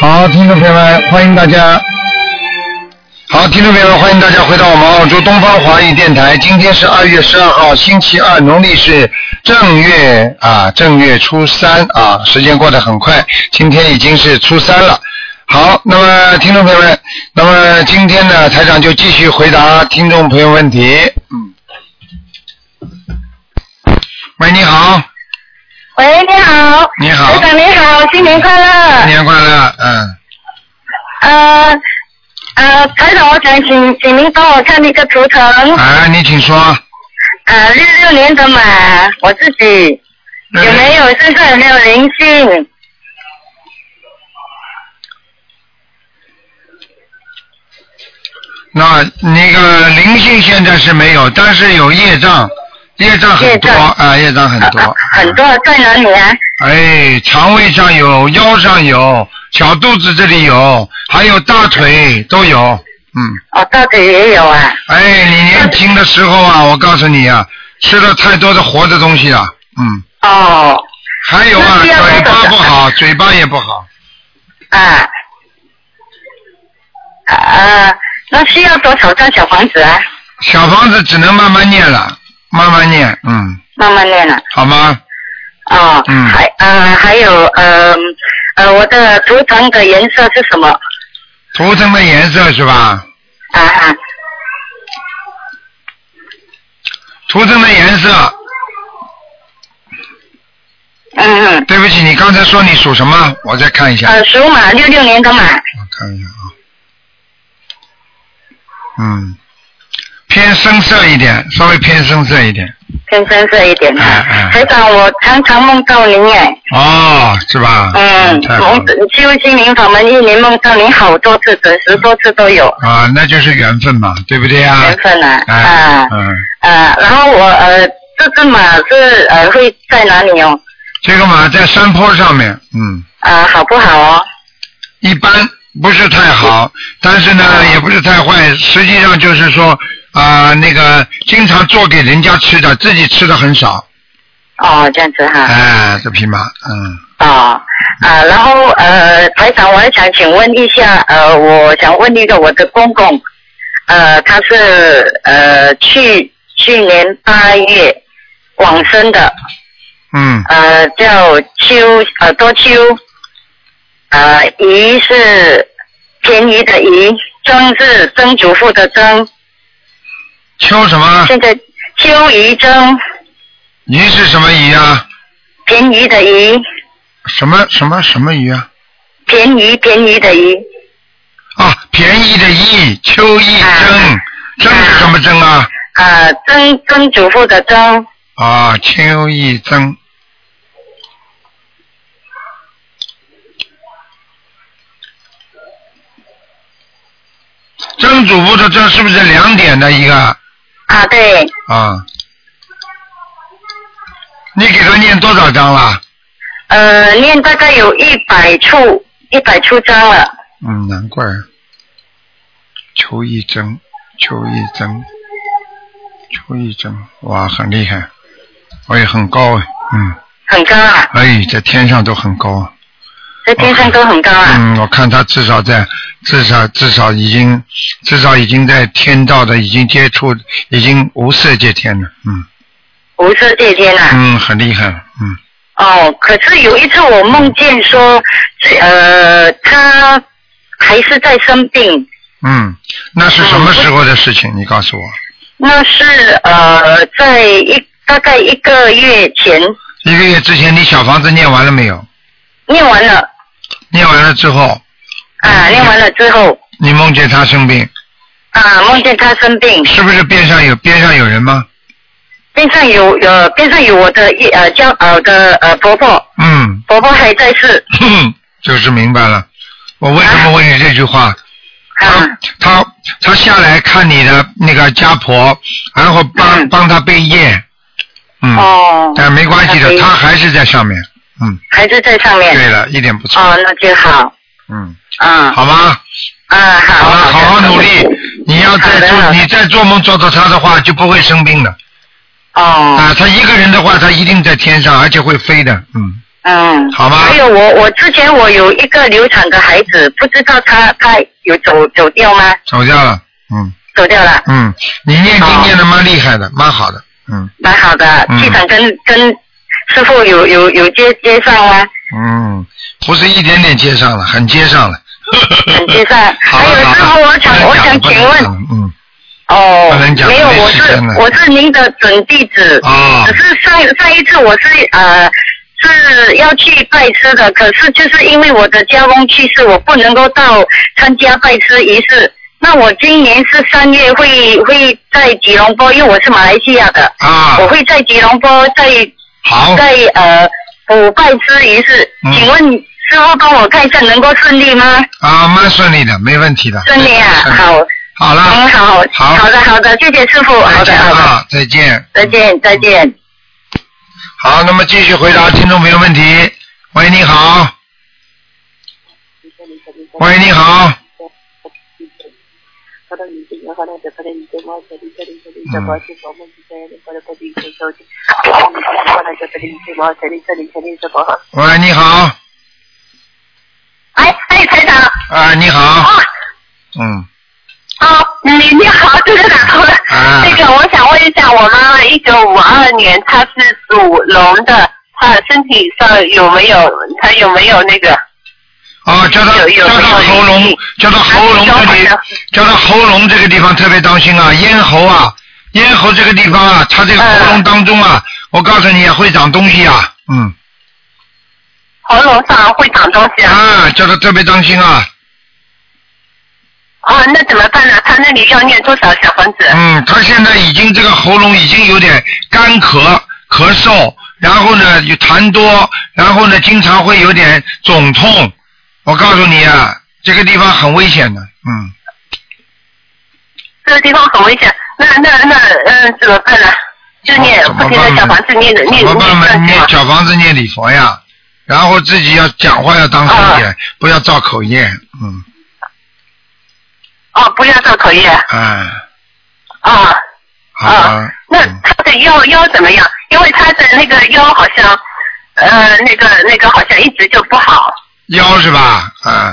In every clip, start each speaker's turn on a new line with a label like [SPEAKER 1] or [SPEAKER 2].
[SPEAKER 1] 好，听众朋友们，欢迎大家。好，听众朋友们，欢迎大家回到我们澳洲东方华语电台。今天是二月十二号，星期二，农历是正月啊，正月初三啊，时间过得很快，今天已经是初三了。好，那么听众朋友们，那么今天呢，台长就继续回答听众朋友问题。嗯，喂，你好，
[SPEAKER 2] 喂，你好，
[SPEAKER 1] 你好
[SPEAKER 2] 台，长你好，新年快
[SPEAKER 1] 新
[SPEAKER 2] 乐。
[SPEAKER 1] 年快乐，嗯，
[SPEAKER 2] 呃呃，台长，我想请请您帮我看一个图腾，
[SPEAKER 1] 啊，你请说。
[SPEAKER 2] 呃，六六年的马，我自己有没有身上有没有灵性？
[SPEAKER 1] 那那个灵性现在是没有，但是有业障，业障很多
[SPEAKER 2] 业障
[SPEAKER 1] 啊，业障很多。
[SPEAKER 2] 呃很多在哪里啊？
[SPEAKER 1] 哎，肠胃上有，腰上有，小肚子这里有，还有大腿都有。嗯，
[SPEAKER 2] 哦，大腿也有啊。
[SPEAKER 1] 哎，你年轻的时候啊，我告诉你啊，吃了太多的活的东西了。嗯，
[SPEAKER 2] 哦，
[SPEAKER 1] 还有啊，
[SPEAKER 2] 那需要多少
[SPEAKER 1] 嘴巴不好，嘴巴也不好。
[SPEAKER 2] 啊，啊呃，那需要多少张小房子啊？
[SPEAKER 1] 小房子只能慢慢念了，慢慢念，嗯，
[SPEAKER 2] 慢慢练啊。
[SPEAKER 1] 好吗？
[SPEAKER 2] 哦，
[SPEAKER 1] 嗯
[SPEAKER 2] 还呃还有呃呃，我的图腾的颜色是什么？
[SPEAKER 1] 图腾的颜色是吧？
[SPEAKER 2] 啊啊
[SPEAKER 1] 图腾的颜色，
[SPEAKER 2] 嗯嗯，
[SPEAKER 1] 对不起，你刚才说你属什么？我再看一下，
[SPEAKER 2] 呃，属马，六六年的马，
[SPEAKER 1] 我看一下啊。嗯，偏深色一点，稍微偏深色一点。
[SPEAKER 2] 偏深色一点
[SPEAKER 1] 哎哎
[SPEAKER 2] 啊。台长，我常常梦到您哎，
[SPEAKER 1] 哦，是吧？
[SPEAKER 2] 嗯，
[SPEAKER 1] 太好
[SPEAKER 2] 梦
[SPEAKER 1] 了
[SPEAKER 2] 修心灵法门一年梦到您好多次，整十多次都有，
[SPEAKER 1] 啊，那就是缘分嘛，对不对啊？
[SPEAKER 2] 缘分啊
[SPEAKER 1] 哎
[SPEAKER 2] 啊
[SPEAKER 1] 嗯，
[SPEAKER 2] 呃，然后我呃这只马是呃会在哪里哦？
[SPEAKER 1] 这个嘛，在山坡上面，嗯，
[SPEAKER 2] 啊、好不好哦？
[SPEAKER 1] 一般不是太
[SPEAKER 2] 嗯
[SPEAKER 1] 好，但是呢，也不是太坏。实际上就是说，啊、那个经常做给人家吃的，自己吃的很少。
[SPEAKER 2] 哦，这样子哈。
[SPEAKER 1] 哎，这匹马，嗯。
[SPEAKER 2] 啊啊，然后呃，台长，我还想请问一下，呃，我想问一个我的公公，呃，他是呃去去年八月往生的，
[SPEAKER 1] 嗯，
[SPEAKER 2] 呃，叫秋呃多秋，呃，怡是便宜的怡，曾是曾祖父的曾，
[SPEAKER 1] 秋什么？
[SPEAKER 2] 现在秋怡曾，
[SPEAKER 1] 鱼是什么鱼啊？
[SPEAKER 2] 便宜的宜，
[SPEAKER 1] 什么什么什么鱼啊？
[SPEAKER 2] 便宜便宜的宜，
[SPEAKER 1] 啊，便宜的宜，秋意蒸
[SPEAKER 2] 啊，
[SPEAKER 1] 蒸是什么蒸啊？
[SPEAKER 2] 呃，曾曾祖父的曾。
[SPEAKER 1] 啊，秋意蒸。蒸主播的蒸是不是两点的一个
[SPEAKER 2] 啊，对，
[SPEAKER 1] 啊？你给他念多少章了？
[SPEAKER 2] 呃，念大概有一百处，一百处章了。
[SPEAKER 1] 嗯，难怪。邱一真，邱一真，邱一真，哇，很厉害，哎，很高哎，嗯，
[SPEAKER 2] 很高啊，
[SPEAKER 1] 哎，在天上都很高，啊
[SPEAKER 2] 在天上都很高啊。
[SPEAKER 1] 嗯，我看他至少在，至少至少已经，至少已经在天道的已经接触，已经无色界天了，嗯
[SPEAKER 2] 无色界天啊。
[SPEAKER 1] 嗯，很厉害，嗯，
[SPEAKER 2] 哦，可是有一次我梦见说，这呃，他还是在生病，
[SPEAKER 1] 嗯，那是什么时候的事情？你告诉我，
[SPEAKER 2] 那是呃，在一大概一个月前
[SPEAKER 1] 一个月之前你小房子念完了没有？
[SPEAKER 2] 念完了
[SPEAKER 1] 念完了之后，
[SPEAKER 2] 啊，
[SPEAKER 1] 嗯
[SPEAKER 2] 念完了之后
[SPEAKER 1] 你梦见他生病，
[SPEAKER 2] 啊，梦见他生病，
[SPEAKER 1] 是不是边上有边上有人吗？
[SPEAKER 2] 边上有呃边上有我的一呃叫呃我的呃婆婆，
[SPEAKER 1] 嗯，
[SPEAKER 2] 婆婆还在世
[SPEAKER 1] 就是明白了。我为什么问你这句话？
[SPEAKER 2] 啊
[SPEAKER 1] 哦他他他下来看你的那个家婆，然后帮、
[SPEAKER 2] 嗯
[SPEAKER 1] 帮他背业。嗯。
[SPEAKER 2] 哦，
[SPEAKER 1] 但没关系
[SPEAKER 2] 那可
[SPEAKER 1] 的，
[SPEAKER 2] 以
[SPEAKER 1] 他还是在上面。嗯，
[SPEAKER 2] 还是在上面。
[SPEAKER 1] 对了，一点不错。
[SPEAKER 2] 哦哦，那就好。
[SPEAKER 1] 嗯，
[SPEAKER 2] 嗯，
[SPEAKER 1] 好吗？
[SPEAKER 2] 啊，好，
[SPEAKER 1] 好了，好好
[SPEAKER 2] 的
[SPEAKER 1] 努力。你要再
[SPEAKER 2] 好的
[SPEAKER 1] 做，
[SPEAKER 2] 好的
[SPEAKER 1] 你再做梦做到他的话，就不会生病了。
[SPEAKER 2] 哦，
[SPEAKER 1] 啊，他一个人的话，他一定在天上，而且会飞的。嗯，
[SPEAKER 2] 嗯，
[SPEAKER 1] 好吗
[SPEAKER 2] 还有我，我之前我有一个流产的孩子，不知道他他有走走掉吗？
[SPEAKER 1] 吵架了。嗯
[SPEAKER 2] 走掉了，
[SPEAKER 1] 嗯，你念经
[SPEAKER 2] 哦
[SPEAKER 1] 念的蛮厉害的，蛮好的。嗯
[SPEAKER 2] 蛮好的。
[SPEAKER 1] 嗯
[SPEAKER 2] 气场跟跟师傅有有有接接上 吗？
[SPEAKER 1] 嗯，不是一点点接上了，很接上了。
[SPEAKER 2] 很接上。
[SPEAKER 1] 好
[SPEAKER 2] 还
[SPEAKER 1] 了
[SPEAKER 2] 有
[SPEAKER 1] 好了啊不能
[SPEAKER 2] 师傅，我想我
[SPEAKER 1] 讲了
[SPEAKER 2] 想
[SPEAKER 1] 不能
[SPEAKER 2] 请问
[SPEAKER 1] 讲，了嗯，
[SPEAKER 2] 哦
[SPEAKER 1] 不能，讲
[SPEAKER 2] 没有，
[SPEAKER 1] 没
[SPEAKER 2] 我
[SPEAKER 1] 时
[SPEAKER 2] 是
[SPEAKER 1] 间了
[SPEAKER 2] 我是您的准弟子，
[SPEAKER 1] 哦
[SPEAKER 2] 只是上上一次我是呃是要去拜师的，可是就是因为我的家翁去世，我不能够到参加拜师仪式。那我今年是三月会会在吉隆坡，因为我是马来西亚的，
[SPEAKER 1] 啊
[SPEAKER 2] 我，会在吉隆坡在
[SPEAKER 1] 好，
[SPEAKER 2] 在呃补拜师仪式。
[SPEAKER 1] 嗯
[SPEAKER 2] 请问师傅帮我看一下，能够顺利吗？
[SPEAKER 1] 啊，蛮顺利的，没问题的。
[SPEAKER 2] 顺利啊，
[SPEAKER 1] 嗯，
[SPEAKER 2] 好。
[SPEAKER 1] 好了，
[SPEAKER 2] 嗯，好，
[SPEAKER 1] 好
[SPEAKER 2] 的，好的，谢谢师傅，好
[SPEAKER 1] 再见
[SPEAKER 2] 的，好的，
[SPEAKER 1] 啊，再见。
[SPEAKER 2] 再见，再见。
[SPEAKER 1] 好，那么继续回答听众朋友问题。喂，你好。喂，你好。嗯喂，你好。
[SPEAKER 3] 哎哎，台长
[SPEAKER 1] 啊，你
[SPEAKER 2] 哦
[SPEAKER 1] 好。
[SPEAKER 3] 啊
[SPEAKER 1] 嗯，
[SPEAKER 3] 啊，你你好，这个打通了。
[SPEAKER 1] 啊
[SPEAKER 3] 那个，我想问一下，我妈妈一九五二年，她是属龙的，她身体上有没有，她有没有那个？
[SPEAKER 1] 哦，叫到
[SPEAKER 3] 嗯有有
[SPEAKER 1] 叫到
[SPEAKER 3] 有
[SPEAKER 1] 喉咙
[SPEAKER 3] 有，
[SPEAKER 1] 叫到喉咙这里
[SPEAKER 3] 啊，
[SPEAKER 1] 叫到喉咙这个地方特别当心啊，咽喉啊，咽喉这个地方啊，它这个喉
[SPEAKER 3] 嗯
[SPEAKER 1] 咙当中啊，我告诉你啊会长东西啊，嗯，
[SPEAKER 3] 喉咙上会长东西啊？
[SPEAKER 1] 啊，叫他特别当心啊，
[SPEAKER 3] 哦，那怎么办呢？她那里要念多少小房子？
[SPEAKER 1] 嗯，他现在已经这个喉咙已经有点干咳、咳嗽，然后呢有痰多，然后呢经常会有点肿痛。我告诉你啊，这个地方很危险的，嗯，
[SPEAKER 3] 这个地方很危险，那那那嗯，怎么办呢？就念
[SPEAKER 1] 怎
[SPEAKER 3] 不
[SPEAKER 1] 么
[SPEAKER 3] 停的小
[SPEAKER 1] 办呢
[SPEAKER 3] 房子念的念
[SPEAKER 1] 怎么办嘛？
[SPEAKER 3] 念
[SPEAKER 1] 念
[SPEAKER 3] 念
[SPEAKER 1] 小房子念礼佛呀，然后自己要讲话要当心一点，
[SPEAKER 3] 啊
[SPEAKER 1] 不要造口业，嗯，
[SPEAKER 3] 哦，不要造口业
[SPEAKER 1] 哎，
[SPEAKER 3] 啊。
[SPEAKER 1] 好吧，
[SPEAKER 3] 啊那
[SPEAKER 1] 嗯
[SPEAKER 3] 他的腰腰怎么样？因为他的那个腰好像，呃，那个那个好像一直就不好，
[SPEAKER 1] 腰是吧？啊，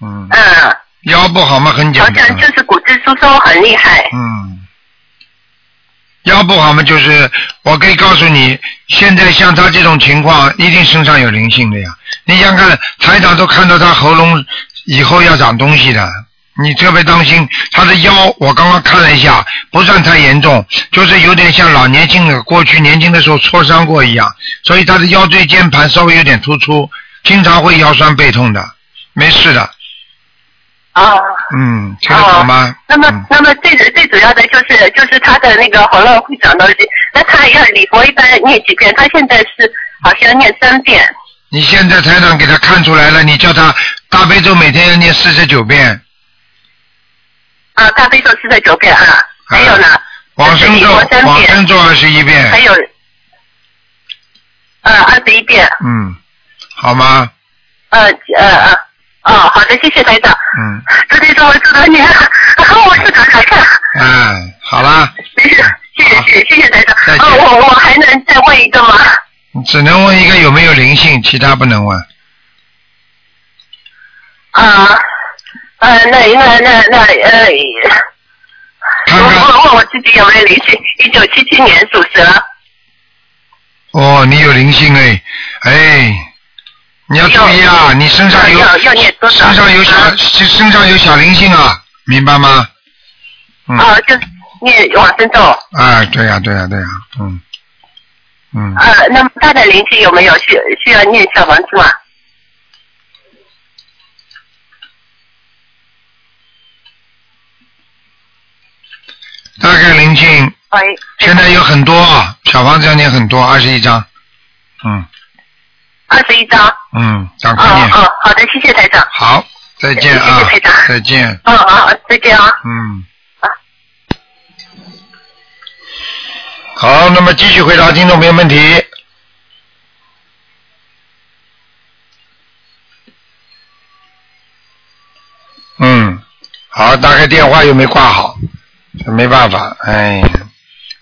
[SPEAKER 1] 嗯，
[SPEAKER 3] 嗯，
[SPEAKER 1] 腰不好嘛，很简
[SPEAKER 3] 好
[SPEAKER 1] 单。
[SPEAKER 3] 像就是骨质疏松很厉害，
[SPEAKER 1] 嗯，腰不好嘛，就是我可以告诉你，现在像他这种情况，一定身上有灵性的呀。你想看，台长都看到他喉咙以后要长东西的，你特别当心他的腰。我刚刚看了一下，不算太严重，就是有点像老年性的过去年轻的时候挫伤过一样，所以他的腰椎间盘稍微有点突出，经常会腰酸背痛的。没事的，
[SPEAKER 3] 啊。
[SPEAKER 1] 嗯，听得懂吗？
[SPEAKER 3] 那么
[SPEAKER 1] 嗯，
[SPEAKER 3] 那么最主最主要的就是就是他的那个喉咙会长东西，那他要礼佛一般念几遍？他现在是好像念三遍，
[SPEAKER 1] 你现在台长给他看出来了，你叫他大悲咒每天要念四十九遍，
[SPEAKER 3] 啊，大悲咒四十九遍啊，还有呢，
[SPEAKER 1] 往生
[SPEAKER 3] 礼
[SPEAKER 1] 咒
[SPEAKER 3] 佛三
[SPEAKER 1] 往
[SPEAKER 3] 遍，
[SPEAKER 1] 生咒二十一
[SPEAKER 3] 还
[SPEAKER 1] 遍，
[SPEAKER 3] 有，呃，二十一遍，
[SPEAKER 1] 嗯，好吗？
[SPEAKER 3] 呃呃呃，哦，好的，谢谢台长。
[SPEAKER 1] 嗯，
[SPEAKER 3] 这里说我知道你，然后我是卡卡看，
[SPEAKER 1] 哎，好啦，
[SPEAKER 3] 没事， 谢谢谢谢谢谢台长。
[SPEAKER 1] 再见
[SPEAKER 3] 哦，我我还能再问一个吗？
[SPEAKER 1] 你只能问一个有没有灵性，其他不能问。
[SPEAKER 3] 啊，呃，那那那那呃，
[SPEAKER 1] 看
[SPEAKER 3] 我
[SPEAKER 1] 看，
[SPEAKER 3] 我问我自己有没有灵性？一九七七年属蛇，
[SPEAKER 1] 哦，你有灵性哎，哎，你要注意啊，你身上有
[SPEAKER 3] 要要念多少？
[SPEAKER 1] 身上有小
[SPEAKER 3] 啊
[SPEAKER 1] 身身上有小灵性啊，明白吗？嗯，
[SPEAKER 3] 啊，就念往生咒。
[SPEAKER 1] 哎，对呀、对呀、对呀、嗯，嗯。
[SPEAKER 3] 呃，那么他的灵性有没有需需要念小房子吗？
[SPEAKER 1] 大概灵性
[SPEAKER 3] 喂，
[SPEAKER 1] 现在有很多啊，小房子要念很多，二十一张。嗯
[SPEAKER 3] 二十一张。
[SPEAKER 1] 嗯，赶
[SPEAKER 3] 哦
[SPEAKER 1] 快念。
[SPEAKER 3] 哦，好的，谢谢台长。
[SPEAKER 1] 好，再见啊
[SPEAKER 3] 谢谢台，长
[SPEAKER 1] 再见。
[SPEAKER 3] 哦哦，再见啊。
[SPEAKER 1] 嗯
[SPEAKER 3] 啊。
[SPEAKER 1] 好，那么继续回答听众朋友问题。嗯，好，打开电话又没挂好，没办法，哎呀。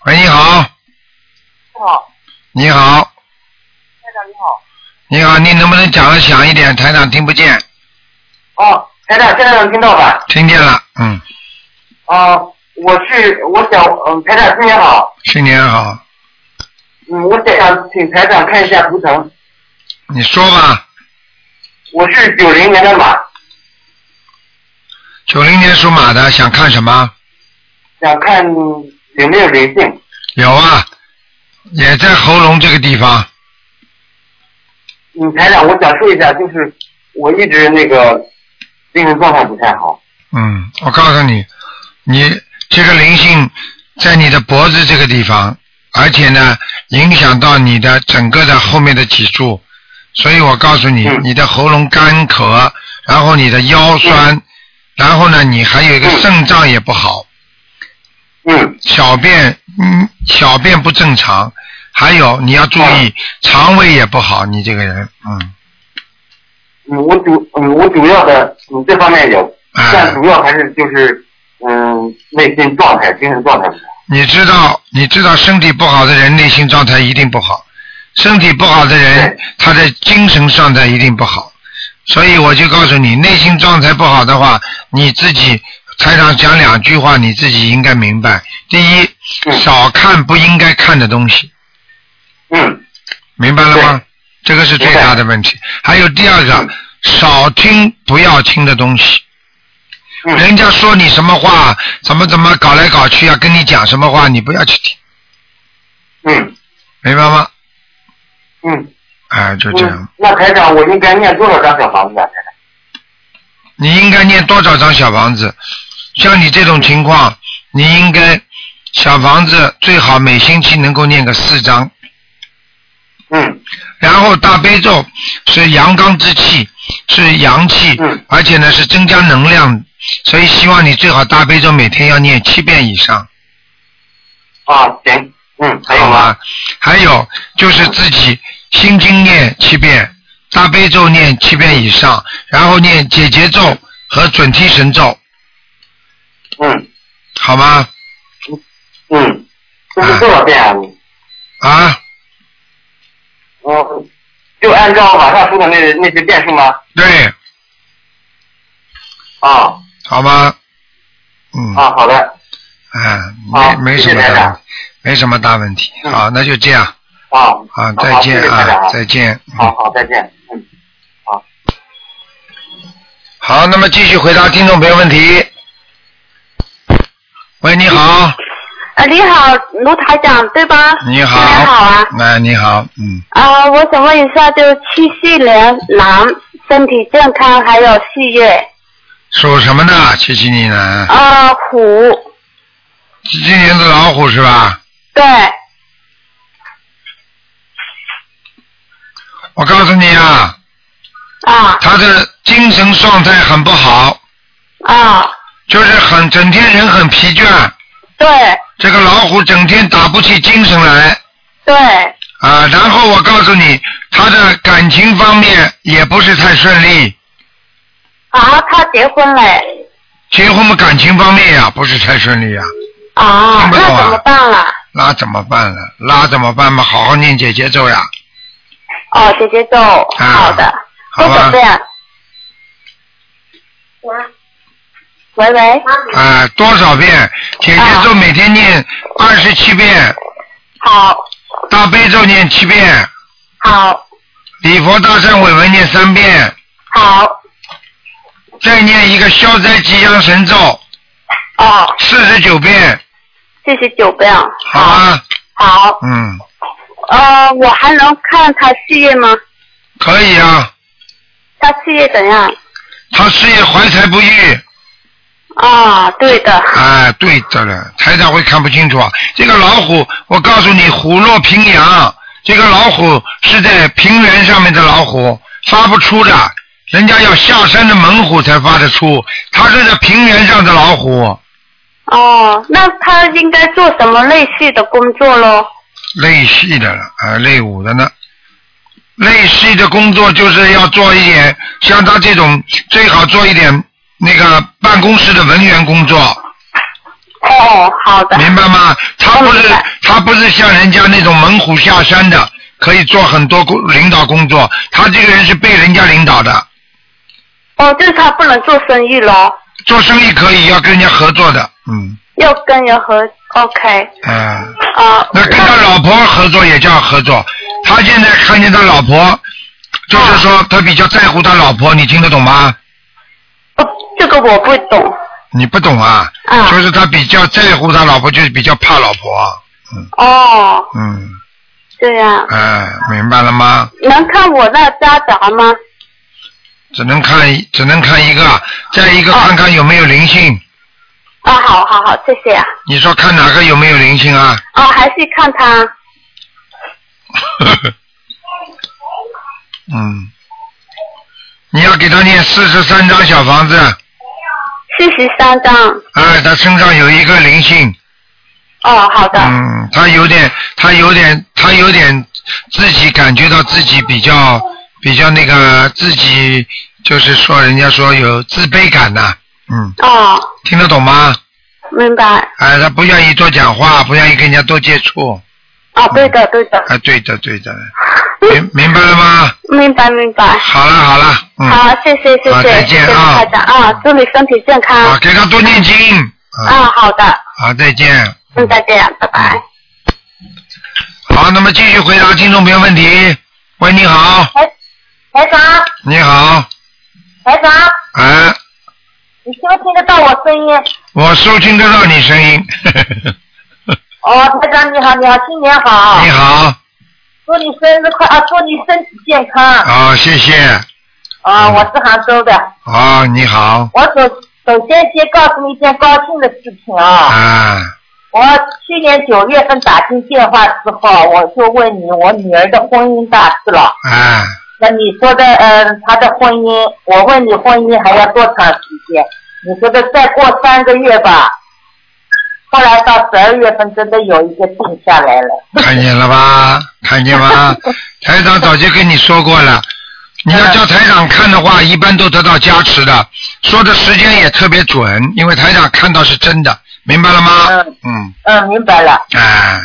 [SPEAKER 1] 喂，你好，
[SPEAKER 4] 好，
[SPEAKER 1] 你好，
[SPEAKER 4] 哦台长你好。
[SPEAKER 1] 你好，你能不能讲的响一点？台长听不见，
[SPEAKER 4] 哦，台长，现在能听到吧？
[SPEAKER 1] 听见了，嗯，
[SPEAKER 4] 啊、我是我想，嗯，台长新年好，
[SPEAKER 1] 新年好，
[SPEAKER 4] 嗯，我想请台长看一下图腾。
[SPEAKER 1] 你说吧，
[SPEAKER 4] 我是九零年的马，
[SPEAKER 1] 九零年属马的想看什么？
[SPEAKER 4] 想看有没有灵性。
[SPEAKER 1] 有啊，也在喉咙这个地方，
[SPEAKER 4] 嗯，台长，我想说一下，就是我一直那个精神状态不太好。
[SPEAKER 1] 嗯，我告诉你，你这个灵性在你的脖子这个地方，而且呢，影响到你的整个的后面的脊柱，所以我告诉你，
[SPEAKER 4] 嗯
[SPEAKER 1] 你的喉咙干咳，然后你的腰酸，然后呢，你还有一个
[SPEAKER 4] 嗯
[SPEAKER 1] 肾脏也不好，
[SPEAKER 4] 嗯
[SPEAKER 1] 小便嗯小便不正常，还有你要注意肠胃也不好，你这个人嗯
[SPEAKER 4] 嗯，我主嗯我主要的嗯这方面有，但
[SPEAKER 1] 哎，
[SPEAKER 4] 主要还是就是嗯内心状态、精神状态不太好。
[SPEAKER 1] 你知道你知道身体不好的人内心状态一定不好，身体不好的人
[SPEAKER 4] 对
[SPEAKER 1] 他的精神状态一定不好，所以我就告诉你，内心状态不好的话，你自己台上讲两句话，你自己应该明白。第一，
[SPEAKER 4] 嗯
[SPEAKER 1] 少看不应该看的东西，
[SPEAKER 4] 嗯
[SPEAKER 1] 明白了吗？这个是最大的问题。还有第二个
[SPEAKER 4] 嗯，
[SPEAKER 1] 少听不要听的东西。
[SPEAKER 4] 嗯
[SPEAKER 1] 人家说你什么话，怎么怎么搞来搞去啊，跟你讲什么话，你不要去听，
[SPEAKER 4] 嗯
[SPEAKER 1] 明白吗？
[SPEAKER 4] 嗯。
[SPEAKER 1] 哎，就这样
[SPEAKER 4] 嗯。。那台长，我应该念多少张小房子啊？台长
[SPEAKER 1] 你应该念多少张小房子？像你这种情况，你应该小房子最好每星期能够念个四张，
[SPEAKER 4] 嗯
[SPEAKER 1] 然后大悲咒是阳刚之气，是阳气，
[SPEAKER 4] 嗯
[SPEAKER 1] 而且呢是增加能量，所以希望你最好大悲咒每天要念七遍以上，
[SPEAKER 4] 啊，行，嗯，还有
[SPEAKER 1] 好
[SPEAKER 4] 吗
[SPEAKER 1] 吗？？还有就是自己心经念七遍，大悲咒念七遍以上，然后念解结咒和准提神咒，
[SPEAKER 4] 嗯
[SPEAKER 1] 好吗？
[SPEAKER 4] 嗯，这是多少遍啊？你
[SPEAKER 1] 啊，
[SPEAKER 4] 嗯，就按照网上说的那那些遍数吗？
[SPEAKER 1] 对，
[SPEAKER 4] 啊
[SPEAKER 1] 好吗？嗯，
[SPEAKER 4] 啊，好的，
[SPEAKER 1] 啊，
[SPEAKER 4] 好
[SPEAKER 1] 没没
[SPEAKER 4] 谢
[SPEAKER 1] 什
[SPEAKER 4] 谢
[SPEAKER 1] 么大
[SPEAKER 4] 台长
[SPEAKER 1] 问题，没什么大问题。
[SPEAKER 4] 嗯
[SPEAKER 1] 好，那就这样
[SPEAKER 4] 啊
[SPEAKER 1] 啊，
[SPEAKER 4] 好
[SPEAKER 1] 再见
[SPEAKER 4] 谢谢台长
[SPEAKER 1] 啊，
[SPEAKER 4] 啊
[SPEAKER 1] 再见。嗯
[SPEAKER 4] 好好，再见，嗯。
[SPEAKER 1] 好，那么继续回答听众朋友问题。喂，你好，
[SPEAKER 5] 啊，你好，卢台长对吧？
[SPEAKER 1] 你好，
[SPEAKER 5] 你好啊。
[SPEAKER 1] 哎，你好，嗯，
[SPEAKER 5] 啊、我想问一下，就是七四年男，身体健康，还有事业。
[SPEAKER 1] 属什么呢？七七年呢？
[SPEAKER 5] 啊、虎，
[SPEAKER 1] 七七年的老虎是吧？
[SPEAKER 5] 对，
[SPEAKER 1] 我告诉你啊，
[SPEAKER 5] 啊
[SPEAKER 1] 他的精神状态很不好，
[SPEAKER 5] 啊，
[SPEAKER 1] 就是很整天人很疲倦。
[SPEAKER 5] 对
[SPEAKER 1] 这个老虎整天打不起精神来，
[SPEAKER 5] 对，
[SPEAKER 1] 啊，然后我告诉你，他的感情方面也不是太顺利，
[SPEAKER 5] 啊，他结婚了，
[SPEAKER 1] 结婚嘛感情方面呀、不是太顺利呀、
[SPEAKER 5] 啊，
[SPEAKER 1] 听不
[SPEAKER 5] 那
[SPEAKER 1] 懂啊
[SPEAKER 5] 怎么办了？
[SPEAKER 1] 那怎么办呢？那怎么办嘛？好好念姐姐咒呀，
[SPEAKER 5] 哦，姐姐咒，好的，
[SPEAKER 1] 啊好啊
[SPEAKER 5] 多少
[SPEAKER 1] 吧？
[SPEAKER 5] 遍？喂喂，
[SPEAKER 1] 啊，多少遍？姐姐咒每天念二十七遍，
[SPEAKER 5] 好，
[SPEAKER 1] 大悲咒念七遍，
[SPEAKER 5] 好，
[SPEAKER 1] 礼佛大忏悔文念三遍，
[SPEAKER 5] 好，
[SPEAKER 1] 再念一个消灾吉祥神咒
[SPEAKER 5] 哦，
[SPEAKER 1] 四十九遍，
[SPEAKER 5] 四十九遍，
[SPEAKER 1] 好啊吧？
[SPEAKER 5] 好。
[SPEAKER 1] 嗯，
[SPEAKER 5] 呃，我还能看他事业吗？
[SPEAKER 1] 可以啊。
[SPEAKER 5] 他事业怎样？
[SPEAKER 1] 他事业怀才不遇，
[SPEAKER 5] 啊，对的，
[SPEAKER 1] 啊，对的了，台长会看不清楚啊。这个老虎，我告诉你，虎落平阳。这个老虎是在平原上面的老虎，发不出的。人家要下山的猛虎才发得出，它是在平原上的老虎，
[SPEAKER 5] 哦，那他应该做什么类似的工作喽？
[SPEAKER 1] 类系的了，啊，类五的呢。类系的工作就是要做一点，像他这种最好做一点那个办公室的文员工作，
[SPEAKER 6] 哦，好 的。
[SPEAKER 1] 明白吗？他不
[SPEAKER 6] 明
[SPEAKER 1] 是
[SPEAKER 6] 白
[SPEAKER 1] 他不是像人家那种猛虎下山的，可以做很多工领导工作，他这个人是被人家领导的，
[SPEAKER 5] 哦，就是他不能做生意咯，
[SPEAKER 1] 做生意可以要跟人家合作的，嗯
[SPEAKER 5] 要跟人合。OK，
[SPEAKER 1] 嗯。
[SPEAKER 5] 啊、
[SPEAKER 1] 那跟他老婆合作也叫合作。他现在看见他老婆，就是
[SPEAKER 6] 啊
[SPEAKER 1] 说他比较在乎他老婆，你听得懂吗？
[SPEAKER 5] 哦这个我不懂。
[SPEAKER 1] 你不懂啊，
[SPEAKER 5] 啊
[SPEAKER 1] 就是他比较在乎他老婆，就是比较怕老婆。
[SPEAKER 5] 哦，
[SPEAKER 1] 嗯，
[SPEAKER 5] 这样，
[SPEAKER 1] 哎，明白了吗？
[SPEAKER 5] 能看我那家宅吗？
[SPEAKER 1] 只能看，只能看一个，再一个
[SPEAKER 5] 啊
[SPEAKER 1] 看看有没有灵性。
[SPEAKER 5] 啊，好好好，谢谢啊。
[SPEAKER 1] 你说看哪个有没有灵性啊？
[SPEAKER 5] 啊，还是看他。
[SPEAKER 1] 嗯，你要给他念四十三张小房子，
[SPEAKER 5] 四十三张。
[SPEAKER 1] 哎，他身上有一个灵性，
[SPEAKER 5] 哦，好的。
[SPEAKER 1] 嗯，他有点，他有点，他有点自己感觉到自己比较比较那个自己，就是说人家说有自卑感呐、嗯，
[SPEAKER 5] 哦，
[SPEAKER 1] 听得懂吗？
[SPEAKER 5] 明白。
[SPEAKER 1] 哎，他不愿意多讲话，不愿意跟人家多接触，
[SPEAKER 5] 哦，对的，对的。
[SPEAKER 1] 哎，对的对的，明明白了吗？
[SPEAKER 5] 明白，明白。
[SPEAKER 1] 好了好了，嗯，
[SPEAKER 5] 好，谢谢，谢
[SPEAKER 1] 好
[SPEAKER 5] 谢，
[SPEAKER 1] 再见
[SPEAKER 5] 谢谢
[SPEAKER 1] 啊
[SPEAKER 5] 台长啊，祝你身体健康。
[SPEAKER 1] 好，给他多念经，啊，
[SPEAKER 5] 啊，好的，
[SPEAKER 1] 好，再见。
[SPEAKER 5] 嗯，再见，拜拜。
[SPEAKER 1] 好，那么继续回答听众朋友问题。喂，你好，
[SPEAKER 2] 台长，
[SPEAKER 1] 你好，
[SPEAKER 2] 台长，
[SPEAKER 1] 哎，
[SPEAKER 2] 你听不听得到我声音？
[SPEAKER 1] 我收听得到你声音。
[SPEAKER 2] 哦，台长你好，你好，新年好
[SPEAKER 1] 你，好，
[SPEAKER 2] 祝你生日快啊，祝你身体健康。
[SPEAKER 1] 好，哦谢谢。
[SPEAKER 2] 啊、我是杭州的，
[SPEAKER 1] 好，你好，
[SPEAKER 2] 我首首先先告诉你一件高兴的事情啊，
[SPEAKER 1] 啊，
[SPEAKER 2] 我去年九月份打进电话之后，我就问你我女儿的婚姻大事了。
[SPEAKER 1] 啊，
[SPEAKER 2] 那你说的，呃，她的婚姻，我问你婚姻还要多长时间？你说的再过三个月吧。后来到十二月份，真的有一个定下来了。
[SPEAKER 1] 看见了吧？看见吗？台长早就跟你说过了，你要叫台长看的话，一般都得到加持的，说的时间也特别准，因为台长看到是真的，明白了吗？嗯，
[SPEAKER 2] 嗯，明白了。
[SPEAKER 1] 哎，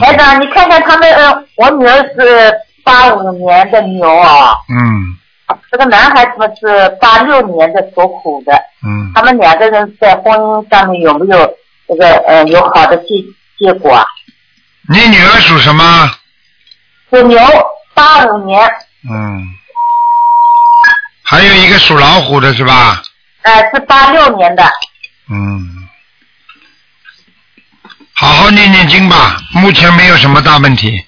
[SPEAKER 2] 台长，你看看他们，嗯，我女儿是八五年的牛啊，
[SPEAKER 1] 嗯
[SPEAKER 2] 这个男孩子们是八六年的属虎的，
[SPEAKER 1] 嗯，
[SPEAKER 2] 他们两个人在婚姻上面有没有这个呃有好的结结果啊？
[SPEAKER 1] 你女儿属什么？
[SPEAKER 2] 属牛，八五年，
[SPEAKER 1] 嗯，还有一个属老虎的是吧？
[SPEAKER 2] 呃，是八六年的。
[SPEAKER 1] 嗯，好好念念经吧，目前没有什么大问题，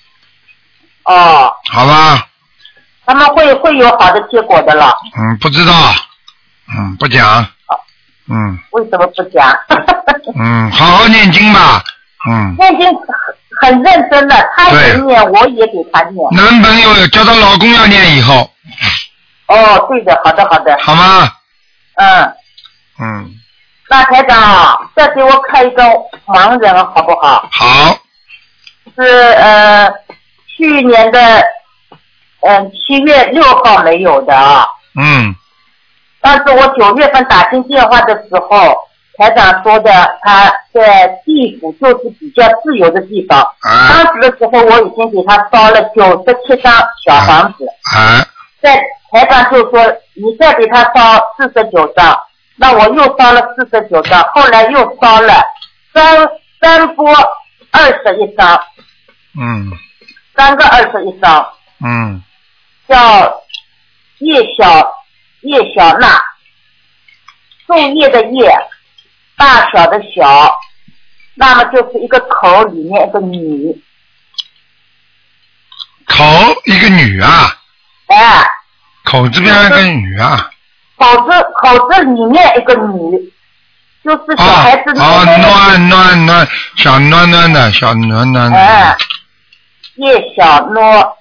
[SPEAKER 2] 哦，
[SPEAKER 1] 好吧？
[SPEAKER 2] 他们会会有好的结果的了，
[SPEAKER 1] 嗯，不知道，嗯，不讲，嗯
[SPEAKER 2] 为什么不讲？
[SPEAKER 1] 嗯，好好念经吧，嗯，
[SPEAKER 2] 念经很很认真的，他也
[SPEAKER 1] 对
[SPEAKER 2] 念，我也给他念。
[SPEAKER 1] 男朋友叫她老公要念以后，
[SPEAKER 2] 哦，对的，好的好的，
[SPEAKER 1] 好吗？
[SPEAKER 2] 嗯，
[SPEAKER 1] 嗯，
[SPEAKER 2] 那台长再给我看一个盲人好不好？
[SPEAKER 1] 好，
[SPEAKER 2] 是呃去年的嗯七、7月六号没有的啊，
[SPEAKER 1] 嗯
[SPEAKER 2] 但是我九月份打进电话的时候。台长说的，他在地府就是比较自由的地方，
[SPEAKER 1] 啊
[SPEAKER 2] 当时的时候，我已经给他烧了九十七张小房子，
[SPEAKER 1] 啊
[SPEAKER 2] 在台上就说你再给他烧四十九张，那我又烧了四十九张，后来又烧了三三波二十一张，
[SPEAKER 1] 嗯
[SPEAKER 2] 三个二十一张，
[SPEAKER 1] 嗯，
[SPEAKER 2] 叫叶小叶小娜，树叶的叶，大小的小，那么就是一个口里面一个女，
[SPEAKER 1] 口一个女啊，
[SPEAKER 2] 哎。
[SPEAKER 1] 口这边一个女啊，
[SPEAKER 2] 口子口子里面一个女，就是小
[SPEAKER 1] 啊
[SPEAKER 2] 孩子
[SPEAKER 1] 啊，
[SPEAKER 2] 那个
[SPEAKER 1] 暖暖暖，小暖暖的，小暖暖的，
[SPEAKER 2] 哎，叶小诺，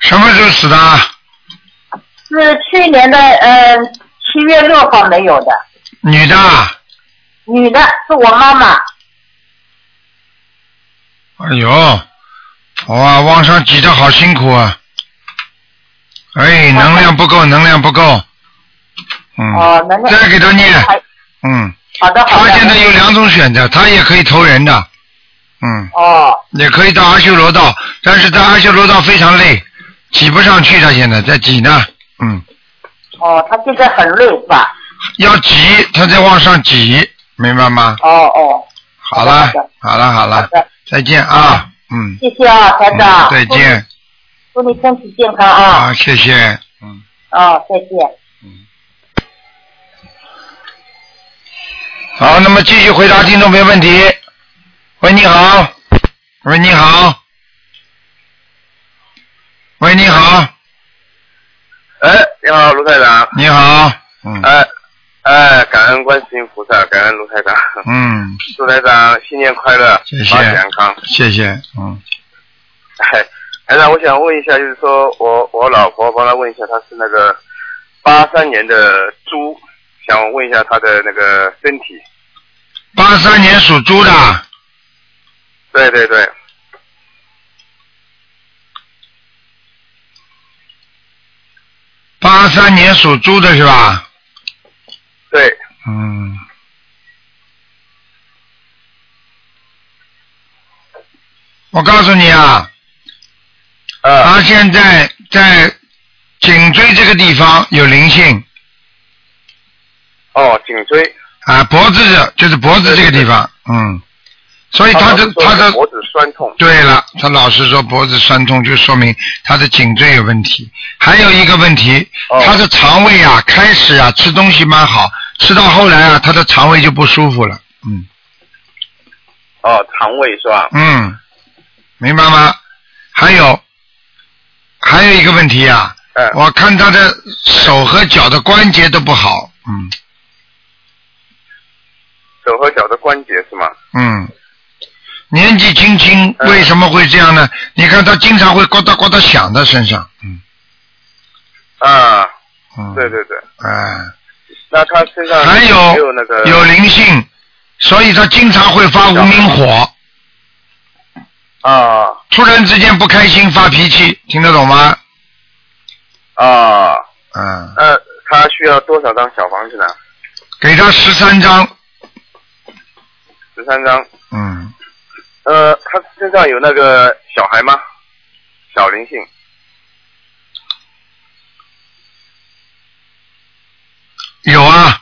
[SPEAKER 1] 什么时候死的？
[SPEAKER 2] 是去年的嗯七、7月六号没有的，
[SPEAKER 1] 女的啊？
[SPEAKER 2] 女的是我妈妈，
[SPEAKER 1] 哎呦，哇，往上挤得好辛苦啊！哎，能量不够，能量不够，嗯，
[SPEAKER 7] 哦，能量
[SPEAKER 1] 再给他念
[SPEAKER 7] 还
[SPEAKER 1] 嗯，
[SPEAKER 7] 好的好
[SPEAKER 1] 他
[SPEAKER 7] 的。
[SPEAKER 1] 现在有两种选择，他也可以投人的，嗯，
[SPEAKER 7] 哦，
[SPEAKER 1] 也可以到阿修罗道，但是在阿修罗道非常累，挤不上去，他现在在挤呢，嗯，
[SPEAKER 7] 哦，他现在很累是吧？
[SPEAKER 1] 要挤，他在往上挤，明白吗？
[SPEAKER 7] 哦哦，
[SPEAKER 1] 好了
[SPEAKER 7] 好的，
[SPEAKER 1] 好了，好
[SPEAKER 7] 好
[SPEAKER 1] 了，
[SPEAKER 7] 的，
[SPEAKER 1] 再见啊，嗯，
[SPEAKER 7] 谢谢啊，台
[SPEAKER 1] 嗯
[SPEAKER 7] 长。
[SPEAKER 1] 再见，
[SPEAKER 7] 祝你，祝你身体健康啊！
[SPEAKER 1] 好，谢谢，嗯。
[SPEAKER 7] 哦，再见。
[SPEAKER 1] 好，那么继续回答听众朋友问题。喂，你好。喂，你好。喂，你好，
[SPEAKER 8] 哎，你好，卢台长。
[SPEAKER 1] 你好。嗯
[SPEAKER 8] 哎哎，感恩观世音菩萨，感恩卢台 长。
[SPEAKER 1] 嗯，
[SPEAKER 8] 祝台长新年快乐，
[SPEAKER 1] 谢谢
[SPEAKER 8] 保持健康。
[SPEAKER 1] 谢谢。嗯，
[SPEAKER 8] 哎，台长，我想问一下，就是说我我老婆帮她问一下，她是那个八三年的猪，想问一下她的那个身体。
[SPEAKER 1] 八三年属猪的，
[SPEAKER 8] 对对对，
[SPEAKER 1] 八三年属猪的是吧？
[SPEAKER 8] 对，
[SPEAKER 1] 嗯。我告诉你啊，
[SPEAKER 8] 啊、
[SPEAKER 1] 他现在在颈椎这个地方有灵性
[SPEAKER 8] 哦，颈椎，
[SPEAKER 1] 啊，脖子这就是脖子这个地方，嗯，所以他
[SPEAKER 8] 她
[SPEAKER 1] 的
[SPEAKER 8] 说
[SPEAKER 1] 他的
[SPEAKER 8] 脖子酸痛，
[SPEAKER 1] 对了，他老是说脖子酸痛，就说明他的颈椎有问题。还有一个问题，
[SPEAKER 8] 哦
[SPEAKER 1] 他的肠胃啊，开始啊吃东西蛮好，吃到后来啊，他的肠胃就不舒服了。嗯
[SPEAKER 8] 哦，肠胃是吧？
[SPEAKER 1] 嗯，明白吗？还有还有一个问题啊，
[SPEAKER 8] 嗯，
[SPEAKER 1] 我看他的手和脚的关节都不好。嗯
[SPEAKER 8] 手和脚的关节是吗？
[SPEAKER 1] 嗯。年纪轻轻
[SPEAKER 8] 嗯
[SPEAKER 1] 为什么会这样呢？你看他经常会呱嗒呱嗒响在身上，嗯
[SPEAKER 8] 啊，
[SPEAKER 1] 嗯，
[SPEAKER 8] 对，对对，
[SPEAKER 1] 哎、
[SPEAKER 8] 那她身上
[SPEAKER 1] 还有
[SPEAKER 8] 没有那个
[SPEAKER 1] 有灵性，所以他经常会发无名
[SPEAKER 8] 嗯
[SPEAKER 1] 火，
[SPEAKER 8] 啊
[SPEAKER 1] 突然之间不开心发脾气，听得懂吗？
[SPEAKER 8] 啊，
[SPEAKER 1] 嗯，
[SPEAKER 8] 那她需要多少张小房子呢？
[SPEAKER 1] 给他十三张，
[SPEAKER 8] 十三张。
[SPEAKER 1] 嗯，
[SPEAKER 8] 呃，他身上有那个小孩吗？小灵性。
[SPEAKER 1] 有啊，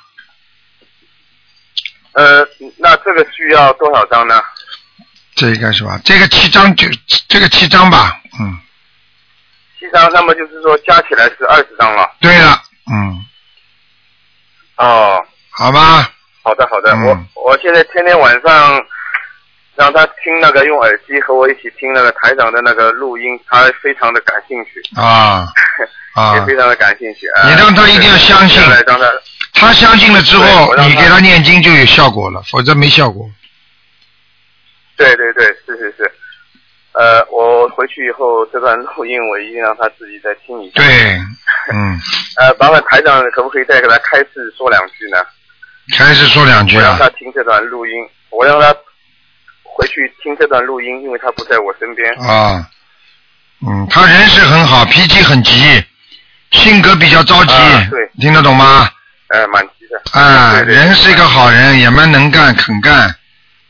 [SPEAKER 8] 呃，那这个需要多少张呢？
[SPEAKER 1] 这应该是吧？这个七张就这个七张吧，嗯，
[SPEAKER 8] 七张，那么就是说加起来是二十张了。
[SPEAKER 1] 对了，嗯，
[SPEAKER 8] 哦，
[SPEAKER 1] 好吧，
[SPEAKER 8] 好的好的，
[SPEAKER 1] 嗯
[SPEAKER 8] 我我现在天天晚上让他听那个用耳机和我一起听那个台长的那个录音，他非常的感兴趣，
[SPEAKER 1] 啊啊
[SPEAKER 8] 也，非常的感兴趣。呃
[SPEAKER 1] 你让他一定要相信
[SPEAKER 8] 接下来让他
[SPEAKER 1] 他相信了之
[SPEAKER 8] 对
[SPEAKER 1] 后
[SPEAKER 8] 我，让
[SPEAKER 1] 你
[SPEAKER 8] 他
[SPEAKER 1] 给他念经就有效果了，否则没效果。
[SPEAKER 8] 对对对，是是是。呃，我回去以后这段录音我一定让他自己再听一下。
[SPEAKER 1] 对，嗯，
[SPEAKER 8] 呃，麻烦台长可不可以再给他开示说两句呢？
[SPEAKER 1] 还是说两句
[SPEAKER 8] 我
[SPEAKER 1] 啊
[SPEAKER 8] 让。他听这段录音，我让他回去听这段录音，因为他不在我身边。
[SPEAKER 1] 啊，嗯，他人是很好，脾气很急，性格比较着急，
[SPEAKER 8] 啊对
[SPEAKER 1] 听得懂吗？
[SPEAKER 8] 呃，蛮急的。
[SPEAKER 1] 啊，
[SPEAKER 8] 对对
[SPEAKER 1] 人是一个好人，也蛮能干、肯干，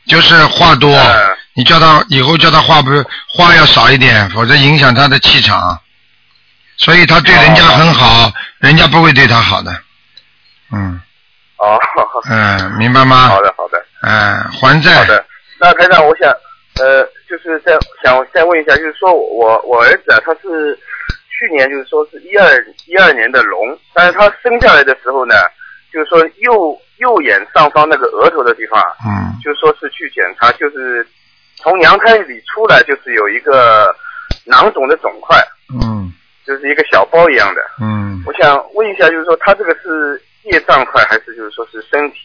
[SPEAKER 1] 就是话多。
[SPEAKER 8] 嗯
[SPEAKER 1] 你叫他以后叫他话不话要少一点，否则影响他的气场。所以他对人
[SPEAKER 8] 哦
[SPEAKER 1] 家很好，人家不会对他好的。嗯
[SPEAKER 8] 哦，
[SPEAKER 1] 嗯、明白吗？
[SPEAKER 8] 好的好的
[SPEAKER 1] 嗯、还债。
[SPEAKER 8] 好的。那台长，我想呃，就是再想再问一下，就是说我我儿子啊，他是去年就是说是一二一二年的龙，但是他生下来的时候呢，就是说右右眼上方那个额头的地方啊，
[SPEAKER 1] 嗯
[SPEAKER 8] 就说是去检查，就是从娘胎里出来就是有一个囊肿的肿块，
[SPEAKER 1] 嗯
[SPEAKER 8] 就是一个小包一样的。
[SPEAKER 1] 嗯，
[SPEAKER 8] 我想问一下，就是说他这个是业障块，还是就是说是身体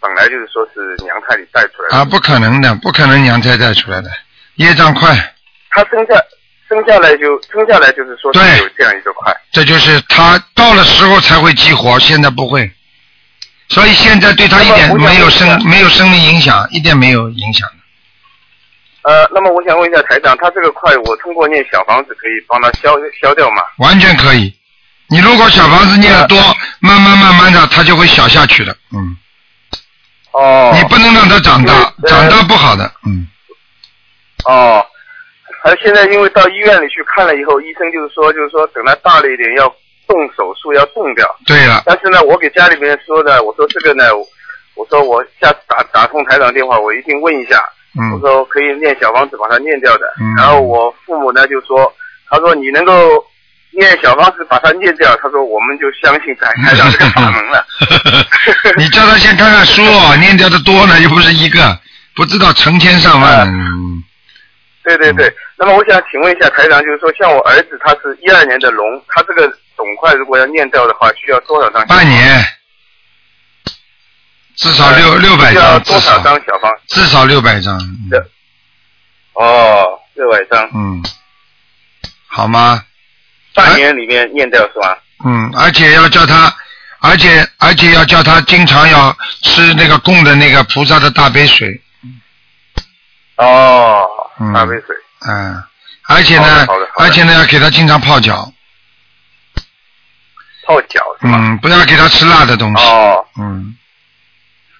[SPEAKER 8] 本来就是说是娘胎里带出来的？
[SPEAKER 1] 啊，不可能的，不可能娘胎带出来的，业障快。
[SPEAKER 8] 他生下生下来就生下来就是说
[SPEAKER 1] 对
[SPEAKER 8] 是有这样一个块。
[SPEAKER 1] 这就是他到了时候才会激活，现在不会。所以现在对他一点
[SPEAKER 8] 那么我想
[SPEAKER 1] 没有
[SPEAKER 8] 问一
[SPEAKER 1] 生
[SPEAKER 8] 下
[SPEAKER 1] 没有生命影响，一点没有影响。
[SPEAKER 8] 呃，那么我想问一下台长，他这个块我通过念小房子可以帮他消消掉吗？
[SPEAKER 1] 完全可以。你如果小房子念的多，
[SPEAKER 8] 啊
[SPEAKER 1] 慢慢慢慢的，它就会小下去的。嗯，
[SPEAKER 8] 哦，
[SPEAKER 1] 你不能让它长大，
[SPEAKER 8] 对
[SPEAKER 1] 长大不好的。嗯，
[SPEAKER 8] 哦，而现在因为到医院里去看了以后，医生就是说，就是说等他大了一点要动手术，要动掉。
[SPEAKER 1] 对了，
[SPEAKER 8] 但是呢，我给家里面说呢，我说这个呢，我我说我下次打打通台长电话，我一定问一下，我
[SPEAKER 1] 嗯，
[SPEAKER 8] 说可以念小房子把它念掉的。
[SPEAKER 1] 嗯
[SPEAKER 8] 然后我父母呢就说，他说你能够念小房子把它念掉，他说我们就相信台台长这个法门 了。
[SPEAKER 1] 你叫他先看看书，哦念掉的多呢，又不是一个，不知道成千上万的。嗯
[SPEAKER 8] 呃对对对，那么我想请问一下台长，就是说像我儿子他是一二年的龙，他这个总块如果要念掉的话，需要多少张？
[SPEAKER 1] 半年，至少六六百
[SPEAKER 8] 需呃要
[SPEAKER 1] 张，至
[SPEAKER 8] 多少
[SPEAKER 1] 少
[SPEAKER 8] 张小方？
[SPEAKER 1] 至少六百张。嗯
[SPEAKER 8] 对哦，六百张，
[SPEAKER 1] 嗯，好吗？
[SPEAKER 8] 半年里面念掉是吧？
[SPEAKER 1] 嗯，而且要叫他，而且而且要叫他经常要吃那个供的那个菩萨的大杯水，
[SPEAKER 8] 哦
[SPEAKER 1] 嗯，
[SPEAKER 8] 大杯水。
[SPEAKER 1] 嗯，而且呢
[SPEAKER 8] 好的好的，好的
[SPEAKER 1] 而且呢要给他经常泡脚，
[SPEAKER 8] 泡脚是吧？
[SPEAKER 1] 嗯，不要给他吃辣的东西，
[SPEAKER 8] 哦，
[SPEAKER 1] 嗯，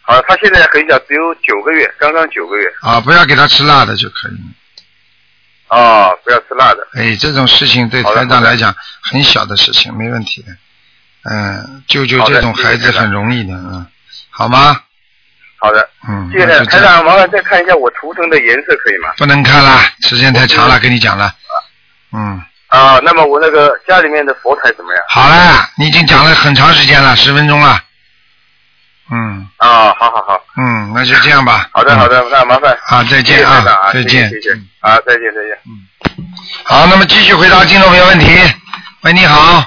[SPEAKER 8] 好了，他现在很小，只有九个月，刚刚九个月。
[SPEAKER 1] 啊，不要给他吃辣的就可以了。
[SPEAKER 8] 啊、不要吃辣的。
[SPEAKER 1] 哎，这种事情对
[SPEAKER 8] 好的
[SPEAKER 1] 台长
[SPEAKER 8] 好的
[SPEAKER 1] 来讲很小的事情，没问题的。嗯，救救
[SPEAKER 8] 好的
[SPEAKER 1] 这种
[SPEAKER 8] 谢谢
[SPEAKER 1] 孩子
[SPEAKER 8] 台长
[SPEAKER 1] 很容易的，嗯，好吗？
[SPEAKER 8] 好的，
[SPEAKER 1] 嗯，
[SPEAKER 8] 谢谢
[SPEAKER 1] 那就
[SPEAKER 8] 台
[SPEAKER 1] 这样
[SPEAKER 8] 长，麻烦再看一下我图腾的颜色可以吗？
[SPEAKER 1] 不能看啦，时间太长了，跟你讲了。嗯，
[SPEAKER 8] 啊，那么我那个家里面的佛台怎么样？
[SPEAKER 1] 好啦，你已经讲了很长时间了，十分钟了。嗯
[SPEAKER 8] 啊，好好好，
[SPEAKER 1] 嗯，那就这样吧。
[SPEAKER 8] 好的
[SPEAKER 1] 嗯
[SPEAKER 8] 好。的，那麻烦。
[SPEAKER 1] 啊，再
[SPEAKER 8] 谢谢
[SPEAKER 1] 见
[SPEAKER 8] 台长
[SPEAKER 1] 啊，
[SPEAKER 8] 啊，
[SPEAKER 1] 再
[SPEAKER 8] 谢谢
[SPEAKER 1] 见。
[SPEAKER 8] 谢谢啊，再见再见。
[SPEAKER 1] 好，那么继续回答听众朋友问题。喂，你好。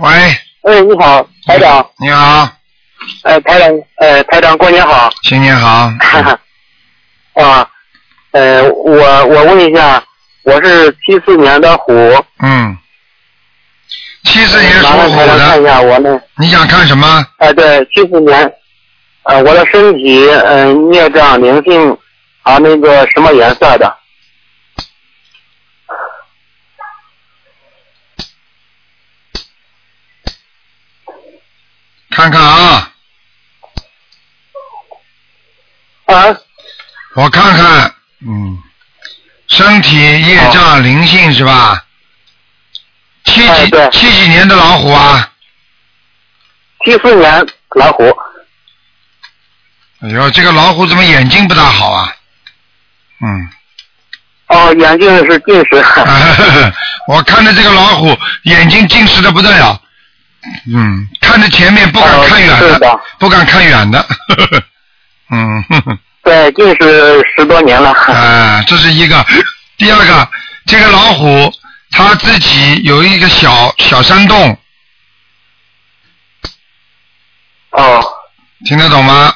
[SPEAKER 1] 喂，
[SPEAKER 4] 哎，你好，台
[SPEAKER 8] 嗯
[SPEAKER 4] 长，
[SPEAKER 1] 你好，
[SPEAKER 4] 呃，台长，呃，台长，过年好，
[SPEAKER 1] 新年 好。
[SPEAKER 4] 哈哈， 啊，呃，我我问一下，我是七四年的虎，
[SPEAKER 1] 嗯，七四年哎属
[SPEAKER 4] 麻烦
[SPEAKER 1] 虎
[SPEAKER 4] 台长看
[SPEAKER 1] 的
[SPEAKER 4] 一，下我那，
[SPEAKER 1] 你想看什么？
[SPEAKER 4] 呃，对，七四年，呃，我的身体，呃，孽障、灵性，啊，那个什么颜色的？
[SPEAKER 1] 看看啊，
[SPEAKER 4] 啊，
[SPEAKER 1] 我看看。嗯，身体业障灵性是吧？七
[SPEAKER 4] 哦哎
[SPEAKER 1] 几
[SPEAKER 4] 对
[SPEAKER 1] 七几年的老虎啊？
[SPEAKER 4] 七四年老虎，
[SPEAKER 1] 哎呦，这个老虎怎么眼睛不大好啊？嗯。
[SPEAKER 4] 哦，眼睛是近视，
[SPEAKER 1] 我看着这个老虎眼睛近视的不得了，嗯，看着前面不敢看远
[SPEAKER 4] 哦是
[SPEAKER 1] 的，
[SPEAKER 4] 的
[SPEAKER 1] 不敢看远的， 嗯，哼哼
[SPEAKER 4] 对，近视十多年了，
[SPEAKER 1] 啊，这是一个。第二个，这个老虎它自己有一个小小山洞，
[SPEAKER 4] 哦
[SPEAKER 1] 听得懂吗？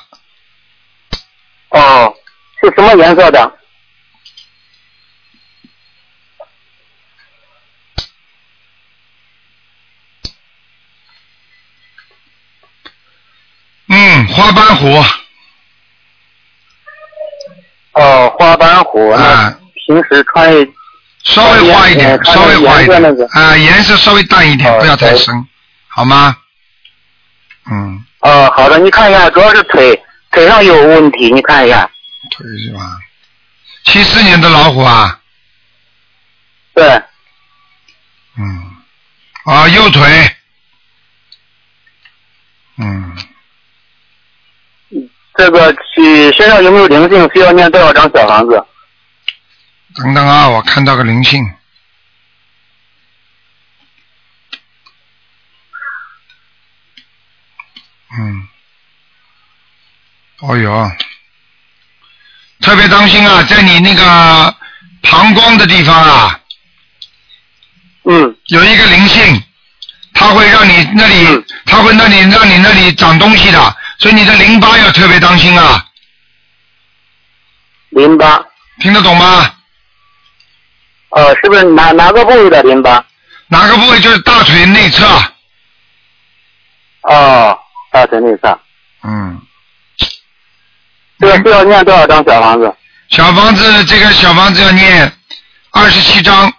[SPEAKER 4] 哦，是什么颜色的？
[SPEAKER 1] 嗯，花斑虎
[SPEAKER 4] 哦，花斑虎，那
[SPEAKER 1] 啊，
[SPEAKER 4] 平时穿一
[SPEAKER 1] 稍微花一点，
[SPEAKER 4] 它的
[SPEAKER 1] 稍微花一
[SPEAKER 4] 颜色那
[SPEAKER 1] 点
[SPEAKER 4] 个
[SPEAKER 1] 啊，颜色稍微淡一点，
[SPEAKER 4] 哦
[SPEAKER 1] 不要太
[SPEAKER 4] 对
[SPEAKER 1] 深，好吗？嗯，
[SPEAKER 4] 哦，好的，你看一下，主要是腿腿上有问题，你看一下。
[SPEAKER 1] 腿是吧？七四年的老虎啊，
[SPEAKER 4] 对，
[SPEAKER 1] 嗯，啊，右腿，嗯，
[SPEAKER 4] 这个去身上有没有灵性？需要念多少张小房子？
[SPEAKER 1] 等等啊，我看到个灵性，嗯，哦哟，特别当心啊，在你那个膀胱的地方啊，
[SPEAKER 4] 嗯，
[SPEAKER 1] 有一个灵性，它会让你那里
[SPEAKER 4] 嗯，
[SPEAKER 1] 它会让你让你那里长东西的，所以你的淋巴要特别当心啊，
[SPEAKER 4] 淋巴，
[SPEAKER 1] 听得懂吗？
[SPEAKER 4] 呃，是不是哪哪个部位的淋巴？
[SPEAKER 1] 哪个部位就是大腿内侧，
[SPEAKER 4] 哦，大腿内侧。
[SPEAKER 1] 嗯，
[SPEAKER 4] 这个需要念多少张小房子？
[SPEAKER 1] 小房子这个小房子要念二十七章，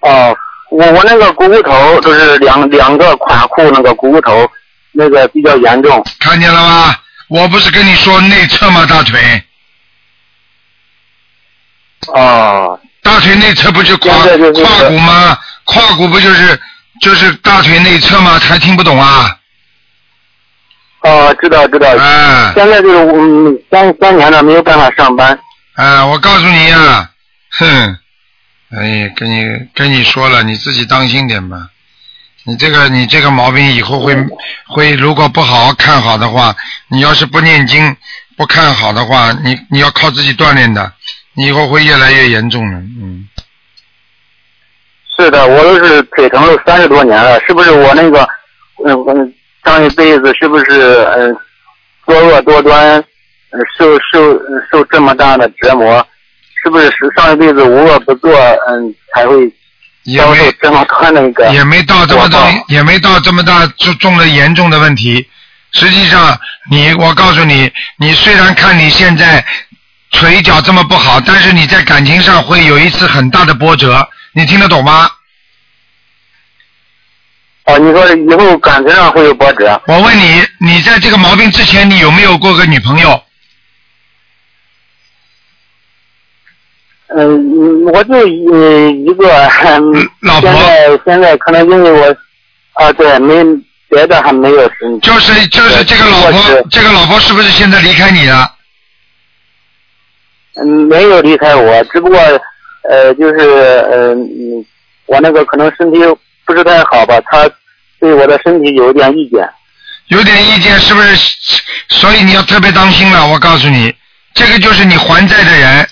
[SPEAKER 4] 哦，我我那个股骨头就是两两个垮裤那个股骨头那个比较严重。
[SPEAKER 1] 看见了吗？我不是跟你说内侧吗？大腿，
[SPEAKER 4] 哦，
[SPEAKER 1] 大腿内侧不就胯
[SPEAKER 4] 现在就是
[SPEAKER 1] 胯骨吗？胯骨不就是就是大腿内侧吗？还听不懂啊？
[SPEAKER 4] 哦，知道知道。
[SPEAKER 1] 哎
[SPEAKER 4] 现在就是我嗯三三年了，没有办法上班。
[SPEAKER 1] 哎，我告诉你呀、哼，哎，跟你跟你说了，你自己当心点吧。你这个你这个毛病以后会会，如果不好好看好的话，你要是不念经不看好的话，你你要靠自己锻炼的，你以后会越来越严重的。嗯，
[SPEAKER 4] 是的，我都是腿疼了三十多年了，是不是我那个嗯嗯上一辈子是不是嗯作恶多端，嗯受受受这么大的折磨？是不是上一辈子无恶不作，嗯，才会
[SPEAKER 1] 也
[SPEAKER 4] 遭受
[SPEAKER 1] 没
[SPEAKER 4] 这么宽的一个？
[SPEAKER 1] 也没到这么
[SPEAKER 4] 我
[SPEAKER 1] 大
[SPEAKER 4] 懂，
[SPEAKER 1] 也没到这么大重重的严重的问题。实际上，你我告诉你，你虽然看你现在腿脚这么不好，但是你在感情上会有一次很大的波折，你听得懂吗？
[SPEAKER 4] 哦，你说以后感情上会有波折？
[SPEAKER 1] 我问你，你在这个毛病之前，你有没有过个女朋友？
[SPEAKER 4] 嗯，我就一嗯一个， 嗯
[SPEAKER 1] 老婆
[SPEAKER 4] 现在现在可能因为我啊，对，没别的还没有嗯
[SPEAKER 1] 就是就是这个老
[SPEAKER 4] 我
[SPEAKER 1] 婆
[SPEAKER 4] 是，
[SPEAKER 1] 这个老婆是不是现在离开你了？
[SPEAKER 4] 嗯，没有离开我，只不过呃，就是呃，嗯我那个可能身体不是太好吧，他对我的身体有一点意见。
[SPEAKER 1] 有点意见，是不是？所以你要特别当心了。我告诉你，这个就是你还债的人。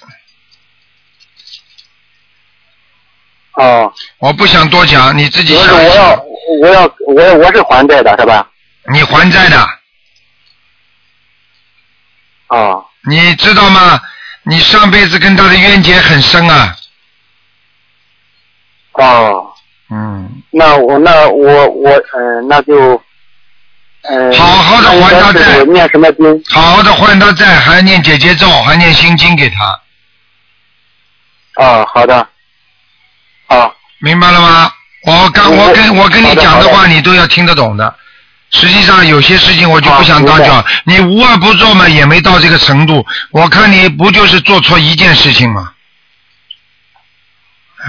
[SPEAKER 4] 哦，
[SPEAKER 1] 我不想多讲，你自己
[SPEAKER 4] 我
[SPEAKER 1] 想
[SPEAKER 4] 是我
[SPEAKER 1] 一想。
[SPEAKER 4] 要我要我我是还债的是吧？
[SPEAKER 1] 你还债的，
[SPEAKER 4] 哦，
[SPEAKER 1] 你知道吗？你上辈子跟他的冤结很深啊。
[SPEAKER 4] 哦，
[SPEAKER 1] 嗯，
[SPEAKER 4] 那我那我我嗯、那就嗯、
[SPEAKER 1] 好好地还他
[SPEAKER 4] 那应该是
[SPEAKER 1] 债
[SPEAKER 4] 念什么经？
[SPEAKER 1] 好好的还他债，还念姐姐咒，还念心经给他，
[SPEAKER 4] 哦，好的。哦，
[SPEAKER 1] 明白了吗？我刚
[SPEAKER 4] 嗯
[SPEAKER 1] 我跟我跟你
[SPEAKER 4] 好的
[SPEAKER 1] 讲的
[SPEAKER 4] 好
[SPEAKER 1] 话，
[SPEAKER 4] 的
[SPEAKER 1] 你都要听得懂的。实际上有些事情我就不想多讲
[SPEAKER 4] 好，
[SPEAKER 1] 你无恶不作嘛，也没到这个程度。我看你不就是做错一件事情吗？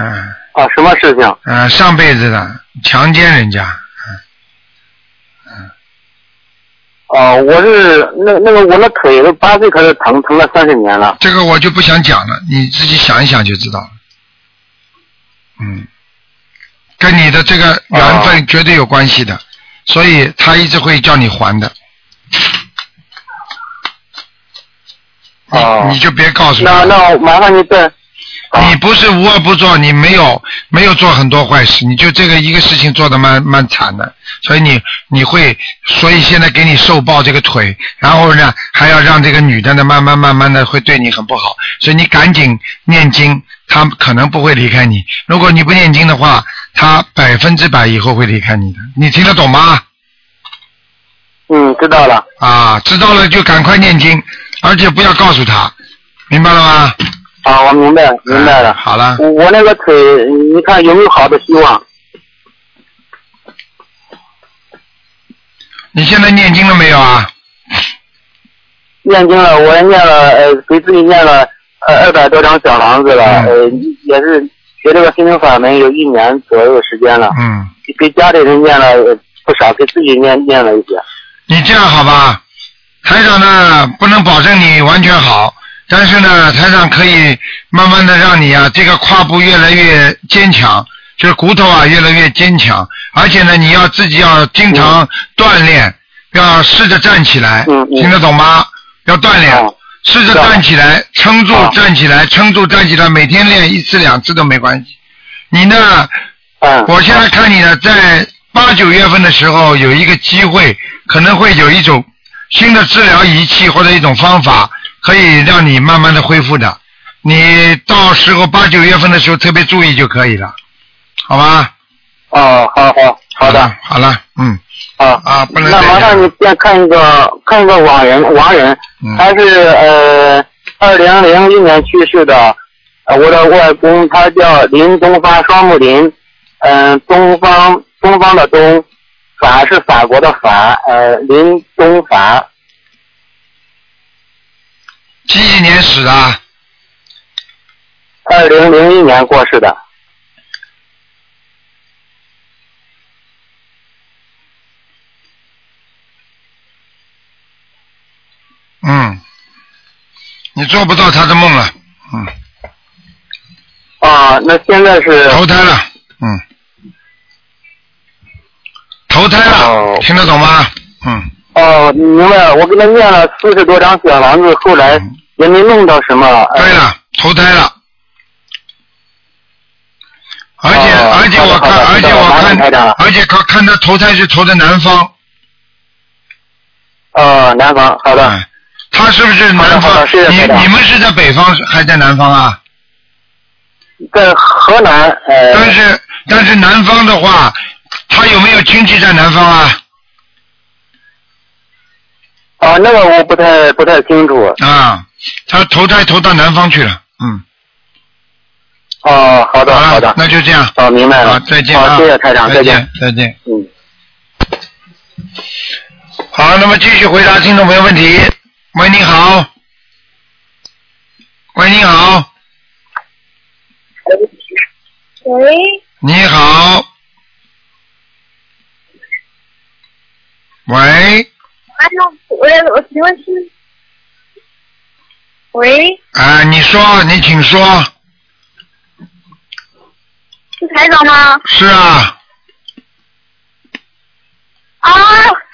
[SPEAKER 1] 嗯
[SPEAKER 4] 哦，什么事情？
[SPEAKER 1] 嗯，上辈子的强奸人家，
[SPEAKER 4] 哦，我是那那个我那腿都八岁开始疼，疼了三十年了。
[SPEAKER 1] 这个我就不想讲了，你自己想一想就知道了。嗯，跟你的这个缘分绝对有关系的，所以他一直会叫你还的。你
[SPEAKER 4] 哦
[SPEAKER 1] 你就别告诉
[SPEAKER 4] 那
[SPEAKER 1] 他，
[SPEAKER 4] 那我麻烦你再。啊好
[SPEAKER 1] 你不是无恶不作，你没有没有做很多坏事，你就这个一个事情做的蛮蛮惨的，所以你你会，所以现在给你受报这个腿，然后呢还要让这个女的呢慢慢慢慢的会对你很不好，所以你赶紧念经，她可能不会离开你。如果你不念经的话，她百分之百以后会离开你的，你听得懂吗？
[SPEAKER 4] 嗯，知道了。
[SPEAKER 1] 啊，知道了就赶快念经，而且不要告诉她，明白了吗？
[SPEAKER 4] 啊，我明白明白
[SPEAKER 1] 啊
[SPEAKER 4] 了。
[SPEAKER 1] 好了。
[SPEAKER 4] 我我那个腿，你看有没有好的希望？
[SPEAKER 1] 你现在念经了没有啊？
[SPEAKER 4] 念经了，我念了，呃，给自己念了呃二百多张小房子了，
[SPEAKER 1] 嗯
[SPEAKER 4] 呃，也是学这个心灵法门有一年左右时间了，
[SPEAKER 1] 嗯。
[SPEAKER 4] 给家里人念了呃不少，给自己念念了一些。
[SPEAKER 1] 你这样好吧？台长呢不能保证你完全好，但是呢，台长可以慢慢的让你啊这个胯部越来越坚强，就是骨头啊越来越坚强，而且呢你要自己要经常锻炼，要试着站起来，
[SPEAKER 4] 嗯嗯
[SPEAKER 1] 听得懂吗？要锻炼。
[SPEAKER 4] 哦
[SPEAKER 1] 试着站起来，撑住
[SPEAKER 4] 啊
[SPEAKER 1] 站起来，撑住站起来，每天练一次两次都没关系。你呢，
[SPEAKER 4] 嗯。
[SPEAKER 1] 我现在看你呢，在八九月份的时候有一个机会，可能会有一种新的治疗仪器或者一种方法，可以让你慢慢的恢复的。你到时候八九月份的时候特别注意就可以了，好吧？
[SPEAKER 4] 哦，好好好的
[SPEAKER 1] 嗯，好了，嗯，
[SPEAKER 4] 啊
[SPEAKER 1] 啊不能
[SPEAKER 4] 那
[SPEAKER 1] 再讲
[SPEAKER 4] 麻烦你再看一个看一个亡人，亡人，
[SPEAKER 1] 嗯
[SPEAKER 4] 他是呃二零零一年去世的，呃我的外公他叫林东发双木林，嗯，东方东方的东，法是法国的法，呃，林东法，
[SPEAKER 1] 几几年死的？
[SPEAKER 4] 二零零一年过世的。
[SPEAKER 1] 嗯，你做不到他的梦了，嗯，
[SPEAKER 4] 啊，那现在是
[SPEAKER 1] 投胎了，嗯，投胎了
[SPEAKER 4] 哦，
[SPEAKER 1] 听得懂吗？嗯，
[SPEAKER 4] 哦，明白了，我给他念了四十多张小房子，后来也没弄到什么。
[SPEAKER 1] 嗯
[SPEAKER 4] 呃
[SPEAKER 1] 对了，投胎了。而且、
[SPEAKER 4] 哦
[SPEAKER 1] 而且我
[SPEAKER 4] 好的
[SPEAKER 1] 看
[SPEAKER 4] 好的，
[SPEAKER 1] 而且我
[SPEAKER 4] 麻烦台
[SPEAKER 1] 看
[SPEAKER 4] 长，
[SPEAKER 1] 而且看看他投胎是投的南方，
[SPEAKER 4] 哦，南方，好的，
[SPEAKER 1] 嗯，他是不是南
[SPEAKER 4] 好的好
[SPEAKER 1] 方？
[SPEAKER 4] 的谢谢
[SPEAKER 1] 你
[SPEAKER 4] 台长
[SPEAKER 1] 你们是在北方还是在南方啊？
[SPEAKER 4] 在河南，
[SPEAKER 1] 嗯
[SPEAKER 4] 呃，
[SPEAKER 1] 但是但是南方的话，他有没有亲戚在南方啊？
[SPEAKER 4] 啊，那个我不太不太清楚。
[SPEAKER 1] 啊，他投胎投到南方去了，嗯，
[SPEAKER 4] 哦，好的，
[SPEAKER 1] 啊
[SPEAKER 4] 好的，
[SPEAKER 1] 那就这样，
[SPEAKER 4] 哦，明白
[SPEAKER 1] 好
[SPEAKER 4] 了，，
[SPEAKER 1] 再见啊，
[SPEAKER 4] 好，谢谢台长，
[SPEAKER 1] 再
[SPEAKER 4] 再
[SPEAKER 1] 见，再见。
[SPEAKER 4] 嗯。
[SPEAKER 1] 好，那么继续回答听众朋友问题。喂，你好。喂，你好。
[SPEAKER 5] 喂，
[SPEAKER 1] 你好。喂，
[SPEAKER 5] 哎呀，我我请问是？喂，
[SPEAKER 1] 啊、你说，你请说。
[SPEAKER 5] 是台长吗？
[SPEAKER 1] 是啊，
[SPEAKER 5] 啊，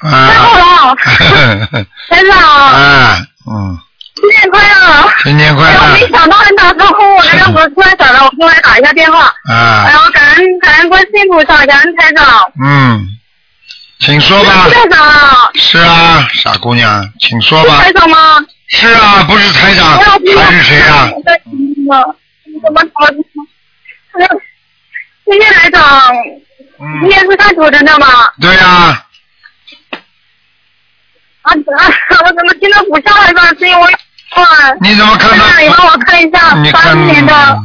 [SPEAKER 5] 太好
[SPEAKER 1] 啊，
[SPEAKER 5] 了，台长，
[SPEAKER 1] 啊，嗯，
[SPEAKER 5] 新年快乐！
[SPEAKER 1] 新年快
[SPEAKER 5] 哎呀，我没
[SPEAKER 1] 乐
[SPEAKER 5] 想到你打招呼，我刚我突然想到，我过来打一下电话。哎
[SPEAKER 1] 啊，
[SPEAKER 5] 呀，感恩感恩观世音菩萨，感恩台长。
[SPEAKER 1] 嗯，请说吧
[SPEAKER 5] 是。台长啊？
[SPEAKER 1] 是啊，傻姑娘，请说
[SPEAKER 5] 是
[SPEAKER 1] 吧。
[SPEAKER 5] 台长吗？哎
[SPEAKER 1] 是啊，不是台长，
[SPEAKER 5] 我要听
[SPEAKER 1] 还是谁啊？
[SPEAKER 5] 怎么搞的？哎呀谢谢台长，你
[SPEAKER 1] 嗯
[SPEAKER 5] 也，是看图腾的吗？
[SPEAKER 1] 对啊，
[SPEAKER 5] 啊啊！我怎么听到不像来的声音？我哇！
[SPEAKER 1] 你怎么看
[SPEAKER 5] 台长，你
[SPEAKER 1] 到？
[SPEAKER 5] 帮我看一下
[SPEAKER 1] 你
[SPEAKER 5] 八
[SPEAKER 1] 看
[SPEAKER 5] 四年的，哦，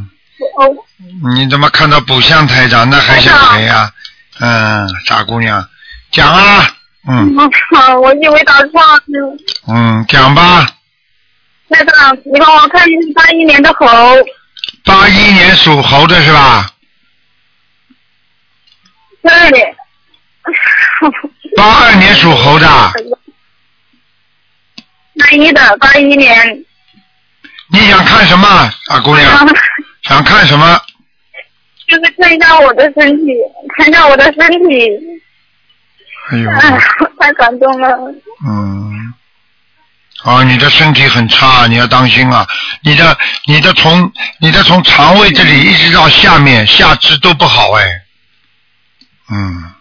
[SPEAKER 1] 你怎么看到补相台长？那还是谁呀、嗯，傻姑娘，讲啊，嗯
[SPEAKER 5] 嗯，我以为打错了。
[SPEAKER 1] 嗯，讲吧。
[SPEAKER 5] 台长，你帮我看一下八一年的猴，
[SPEAKER 1] 八一年属猴的是吧？
[SPEAKER 5] 对，
[SPEAKER 1] 八二年属猴的，
[SPEAKER 5] 八一的八一年，
[SPEAKER 1] 你想看什么，傻姑
[SPEAKER 5] 然后
[SPEAKER 1] 娘？想看什么？
[SPEAKER 5] 就是看一下我的身体，看一下我的身体，
[SPEAKER 1] 哎呦，
[SPEAKER 5] 哎，太感动了。
[SPEAKER 1] 嗯，啊，你的身体很差，你要当心啊！你的、你的从、你的从肠胃这里一直到下面下肢都不好哎。嗯，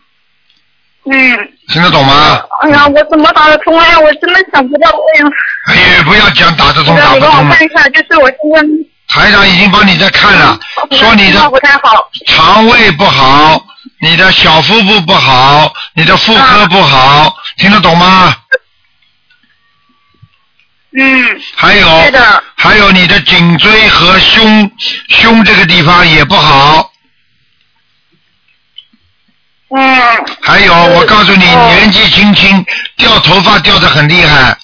[SPEAKER 5] 嗯，
[SPEAKER 1] 听得懂吗？嗯
[SPEAKER 5] 哎呀，我怎么打得通啊？我真的想不到，哎呀，
[SPEAKER 1] 哎呀，不要讲打得通
[SPEAKER 5] 台
[SPEAKER 1] 打
[SPEAKER 5] 长，
[SPEAKER 1] 不
[SPEAKER 5] 你帮
[SPEAKER 1] 通
[SPEAKER 5] 我
[SPEAKER 1] 了
[SPEAKER 5] 看，一下，就是我现在。
[SPEAKER 1] 台长已经帮你在看了，说你
[SPEAKER 5] 信
[SPEAKER 2] 嗯
[SPEAKER 5] 号
[SPEAKER 1] 的
[SPEAKER 5] 不太好。
[SPEAKER 1] 肠胃不好，你的小腹部不好，你的妇科不
[SPEAKER 5] 啊
[SPEAKER 1] 好，听得懂吗？
[SPEAKER 5] 嗯，
[SPEAKER 1] 还有，
[SPEAKER 5] 对的。
[SPEAKER 1] 还有你的颈椎和胸胸这个地方也不好。
[SPEAKER 5] 嗯，哦
[SPEAKER 1] 还有，我告诉你，年纪轻轻掉头发掉的很厉害。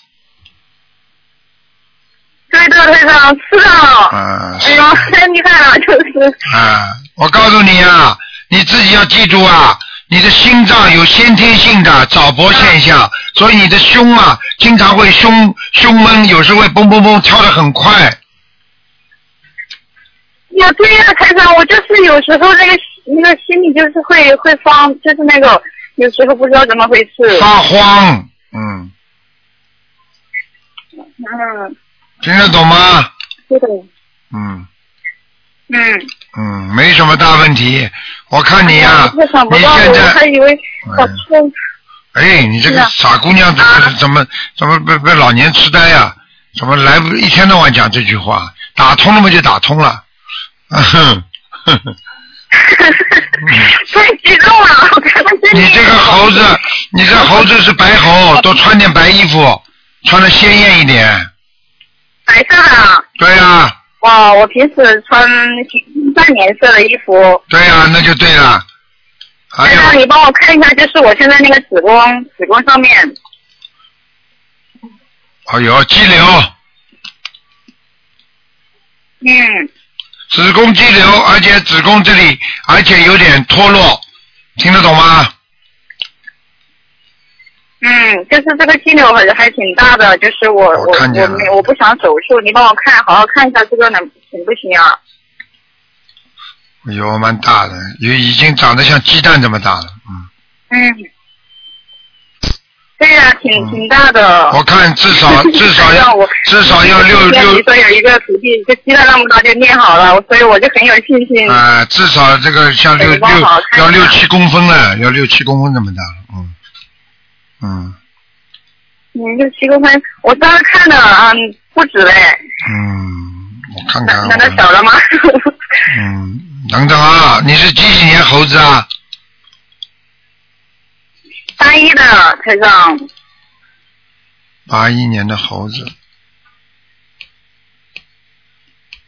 [SPEAKER 5] 对的，台长是的。
[SPEAKER 1] 啊
[SPEAKER 5] 哎呦，太厉害了，就是。
[SPEAKER 1] 啊！我告诉你啊，你自己要记住啊，你的心脏有先天性的早搏现象，所以你的胸啊，经常会胸胸闷，有时会嘣嘣嘣跳的很快。
[SPEAKER 5] 呀，对呀，台长，我就是有时候那个那个心里就是会会慌，就是那个有时候不知道怎么回事。
[SPEAKER 1] 发慌，嗯，
[SPEAKER 5] 嗯，
[SPEAKER 1] 听得懂吗？
[SPEAKER 5] 对的。
[SPEAKER 1] 嗯
[SPEAKER 5] 嗯，哎
[SPEAKER 1] 嗯，没什么大问题。我看你哎呀、
[SPEAKER 5] 我想不
[SPEAKER 1] 你
[SPEAKER 5] 到，
[SPEAKER 1] 现
[SPEAKER 5] 我还
[SPEAKER 1] 在，
[SPEAKER 5] 以为好
[SPEAKER 1] 嗯
[SPEAKER 5] 像
[SPEAKER 1] 哎，你这
[SPEAKER 5] 是
[SPEAKER 1] 个
[SPEAKER 5] 啊
[SPEAKER 1] 傻姑娘怎么怎么怎么被被老年痴呆呀、怎么来不一天到晚讲这句话？打通了嘛就打通了， 哼哼哼
[SPEAKER 5] 太激动了，我看到真
[SPEAKER 1] 你这个
[SPEAKER 5] 的
[SPEAKER 1] 猴子，你这猴子是白猴，多穿点白衣服，穿的鲜艳一点。
[SPEAKER 5] 白色的。
[SPEAKER 1] 对啊呀、
[SPEAKER 5] 哇，我平时穿淡颜色的衣服。
[SPEAKER 1] 啊对呀、那就对了。哎还有
[SPEAKER 2] 让你帮我看一下，就是我现在那个子宫，子宫上面，
[SPEAKER 1] 哎呦，肌瘤，
[SPEAKER 2] 嗯，
[SPEAKER 1] 子宫肌瘤，而且子宫这里而且有点脱落，听得懂吗？
[SPEAKER 2] 嗯，就是这个肌瘤还还挺大的，就是我
[SPEAKER 1] 我
[SPEAKER 2] 我
[SPEAKER 1] 看见
[SPEAKER 2] 我
[SPEAKER 1] 了
[SPEAKER 2] 没我不想手术，你帮我看好好看一下这个能行不行啊？
[SPEAKER 1] 哎呦，蛮大的，也已经长得像鸡蛋这么大了。嗯，
[SPEAKER 2] 嗯，对呀、挺
[SPEAKER 1] 嗯
[SPEAKER 2] 挺大的。
[SPEAKER 1] 我看至 少至少
[SPEAKER 2] 啊让
[SPEAKER 1] 要
[SPEAKER 2] 我
[SPEAKER 1] 至少哦要六六
[SPEAKER 2] 你说有一个徒弟，一个鸡蛋那么大就练好了，所以我就很有信心。
[SPEAKER 1] 啊、至少这个像六
[SPEAKER 2] 北方
[SPEAKER 1] 六
[SPEAKER 2] 好看
[SPEAKER 1] 要
[SPEAKER 2] 啊
[SPEAKER 1] 六七公分了，要六七公分这么大了。嗯嗯
[SPEAKER 2] 嗯，六七公分，我当时看的嗯不止嘞，
[SPEAKER 1] 嗯，我看看
[SPEAKER 2] 难难道
[SPEAKER 1] 我，
[SPEAKER 2] 小了吗？
[SPEAKER 1] 嗯，等等啊，你是几几年猴子啊？
[SPEAKER 2] 大一的台长，
[SPEAKER 1] 八一年的猴子，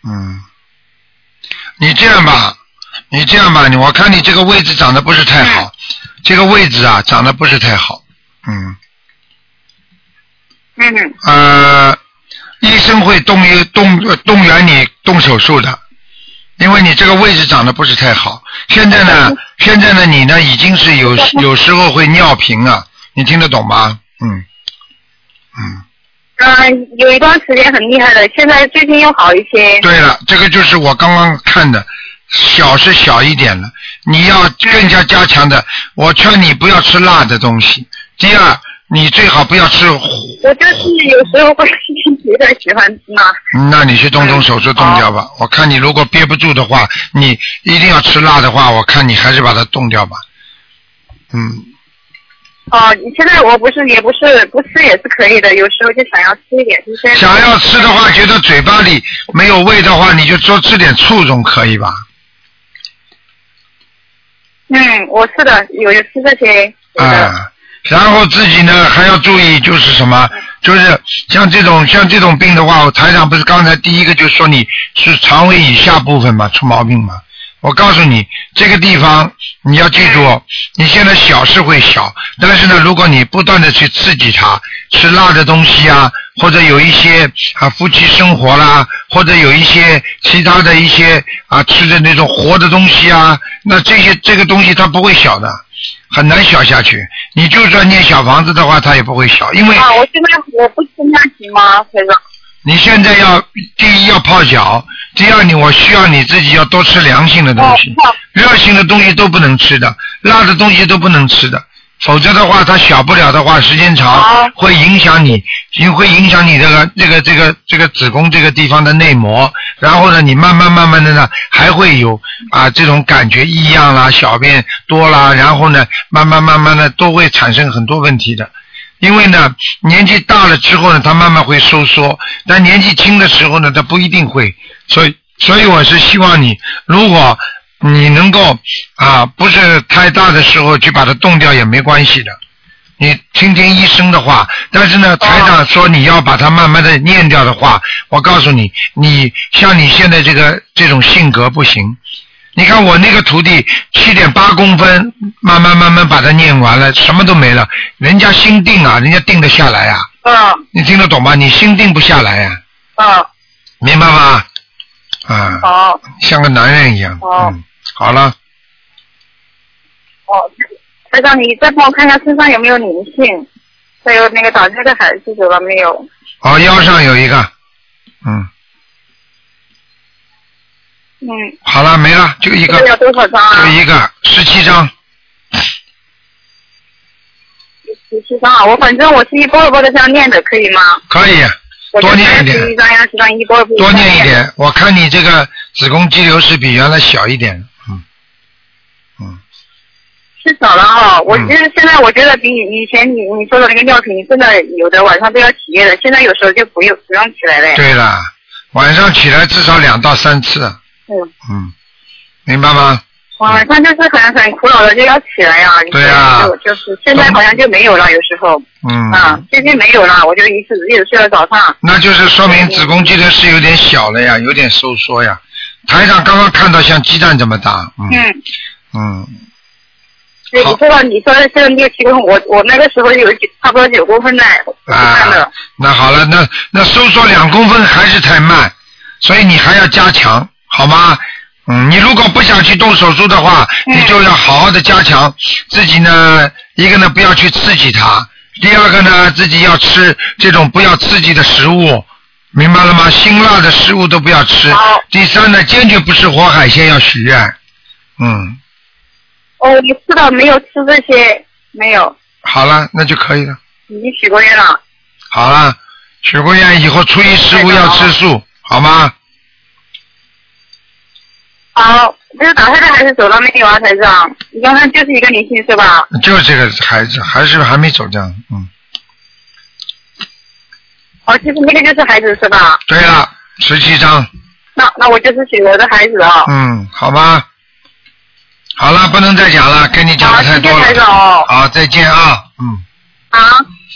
[SPEAKER 1] 嗯，你这样吧，你这样吧，你我看你这个位置长得不是太好，这个位置啊长得不是太好，嗯，
[SPEAKER 2] 嗯
[SPEAKER 1] 呃，医生会动员动呃动员你动手术的，因为你这个位置长得不是太好。现在呢，现在呢，你呢已经是有有时候会尿频了，你听得懂吗？嗯，嗯。
[SPEAKER 2] 嗯、有一段时间很厉害的，现在最近又好一些。
[SPEAKER 1] 对了，这个就是我刚刚看的，小是小一点了，你要更加加强的。我劝你不要吃辣的东西。第二，你最好不要吃火，
[SPEAKER 2] 我就是有时候会 有点喜欢吃嘛。
[SPEAKER 1] 那你去动动手术动掉吧。我看你如果憋不住的话，你一定要吃辣的话，我看你还是把它动掉吧。嗯，
[SPEAKER 2] 哦，现在我不是也不是不吃也是可以的，有时候就想要吃一点，就是现在
[SPEAKER 1] 想要吃的话，觉得嘴巴里没有味的话，你就多吃点醋总可以吧？
[SPEAKER 2] 嗯，我是的，有有吃这些。有的
[SPEAKER 1] 啊，然后自己呢还要注意，就是什么，就是像这种像这种病的话，我台长不是刚才第一个就说你是肠胃以下部分嘛出毛病嘛。我告诉你，这个地方你要记住，哦你现在小是会小，但是呢，如果你不断的去刺激它，吃辣的东西啊，或者有一些啊夫妻生活啦，或者有一些其他的一些啊吃的那种活的东西啊，那这些这个东西它不会小的，很难小下去。你就算念小房子的话，它也不会小，因为
[SPEAKER 7] 哦
[SPEAKER 2] 啊，我现在我不吃那行吗，
[SPEAKER 1] 嗯
[SPEAKER 2] 先生？
[SPEAKER 1] 你现在要第一要泡脚，第二你我需要你自己要多吃凉性的东西，
[SPEAKER 7] 哦
[SPEAKER 1] 热性的东西都不能吃的，辣的东西都不能吃的，否则的话它小不了的话，时间长会影响你，也会影响你这个这个这个这个子宫这个地方的内膜，然后呢你慢慢慢慢的呢还会有啊这种感觉异样啦，小便多啦，然后呢慢慢慢慢的都会产生很多问题的。因为呢，年纪大了之后呢，它慢慢会收缩；但年纪轻的时候呢，它不一定会。所以，所以我是希望你，如果你能够啊，不是太大的时候去把它冻掉也没关系的。你听听医生的话，但是呢，台长说你要把它慢慢的念掉的话，我告诉你，你像你现在这个这种性格不行。你看我那个徒弟七点八公分，慢慢慢慢把它念完了，什么都没了。人家心定啊，人家定得下来啊。
[SPEAKER 2] 嗯
[SPEAKER 1] 你听得懂吗？你心定不下来啊，
[SPEAKER 2] 嗯，
[SPEAKER 1] 明白吗？啊，
[SPEAKER 2] 好，
[SPEAKER 1] 像个男人一样。
[SPEAKER 2] 哦
[SPEAKER 1] 嗯，好了，
[SPEAKER 2] 哦，台长，你再帮我看一下身上有没有灵性，还有那个打胎的孩子走了没有？
[SPEAKER 1] 哦，腰上有一个，嗯，
[SPEAKER 2] 嗯，
[SPEAKER 1] 好了，没了，就一
[SPEAKER 2] 这
[SPEAKER 1] 个
[SPEAKER 2] 个，要多少张啊
[SPEAKER 1] 就？一个，十七张。
[SPEAKER 2] 十七张啊，我反正我是一波一波的这样念的，可以吗？
[SPEAKER 1] 可以，
[SPEAKER 2] 我就
[SPEAKER 1] 多念一点
[SPEAKER 2] 十一张、二十张，一波一波地
[SPEAKER 1] 多
[SPEAKER 2] 这样
[SPEAKER 1] 念一。点。我看你这个子宫肌瘤是比原来小一点，嗯，嗯，
[SPEAKER 2] 是少了哈、我
[SPEAKER 1] 嗯
[SPEAKER 2] 就是现在我觉得比以前你你说的那个尿频，真的有的晚上都要起夜的，现在有时候就不用不用起来了。
[SPEAKER 1] 对了，晚上起来至少两到三次，
[SPEAKER 2] 嗯。
[SPEAKER 1] 嗯，明白吗？
[SPEAKER 2] 晚上就是很很苦恼的，就要起来啊呀、
[SPEAKER 1] 对啊呀
[SPEAKER 2] 就就是现在好像就没有了，有时候
[SPEAKER 1] 嗯，
[SPEAKER 2] 啊，最近没有了，我就一直一直睡到早上。
[SPEAKER 1] 那就是说明子宫肌瘤是有点小了呀，有点收缩嗯呀。台上刚刚看到像鸡蛋这么大，嗯
[SPEAKER 2] 嗯，
[SPEAKER 1] 嗯，
[SPEAKER 2] 你知道你说的是六七公分，我我那个时候有九差不多九公分呢，看
[SPEAKER 1] 啊
[SPEAKER 2] 的。，
[SPEAKER 1] 那好了，那那收缩两公分还是太慢，所以你还要加强，好吗？嗯，你如果不想去动手术的话，你就要好好的加强自己呢。一个呢，不要去刺激它；第二个呢，自己要吃这种不要刺激的食物，明白了吗？辛辣的食物都不要吃。第三呢，坚决不吃活海鲜，要许愿。嗯，
[SPEAKER 2] 哦，我知道没有吃这些，没有，
[SPEAKER 1] 好了，那就可以了。
[SPEAKER 2] 已经许过愿了。
[SPEAKER 1] 好了，许过愿以后初一十五要吃素，好吗？
[SPEAKER 2] 好，这是打胎的还是走了没有啊，台长？你刚才就是一个灵性是吧？
[SPEAKER 1] 就这个孩子还是还没走掉，嗯，
[SPEAKER 2] 哦，就是那个就是孩子是吧？
[SPEAKER 1] 对了，十七张，
[SPEAKER 2] 那那我就是许我的孩子啊。
[SPEAKER 1] 嗯，好吧，好了，不能再讲了，跟嗯你讲的太多
[SPEAKER 2] 好谢谢台
[SPEAKER 1] 了，
[SPEAKER 2] 长哦
[SPEAKER 1] 好，再见啊，嗯，
[SPEAKER 2] 啊，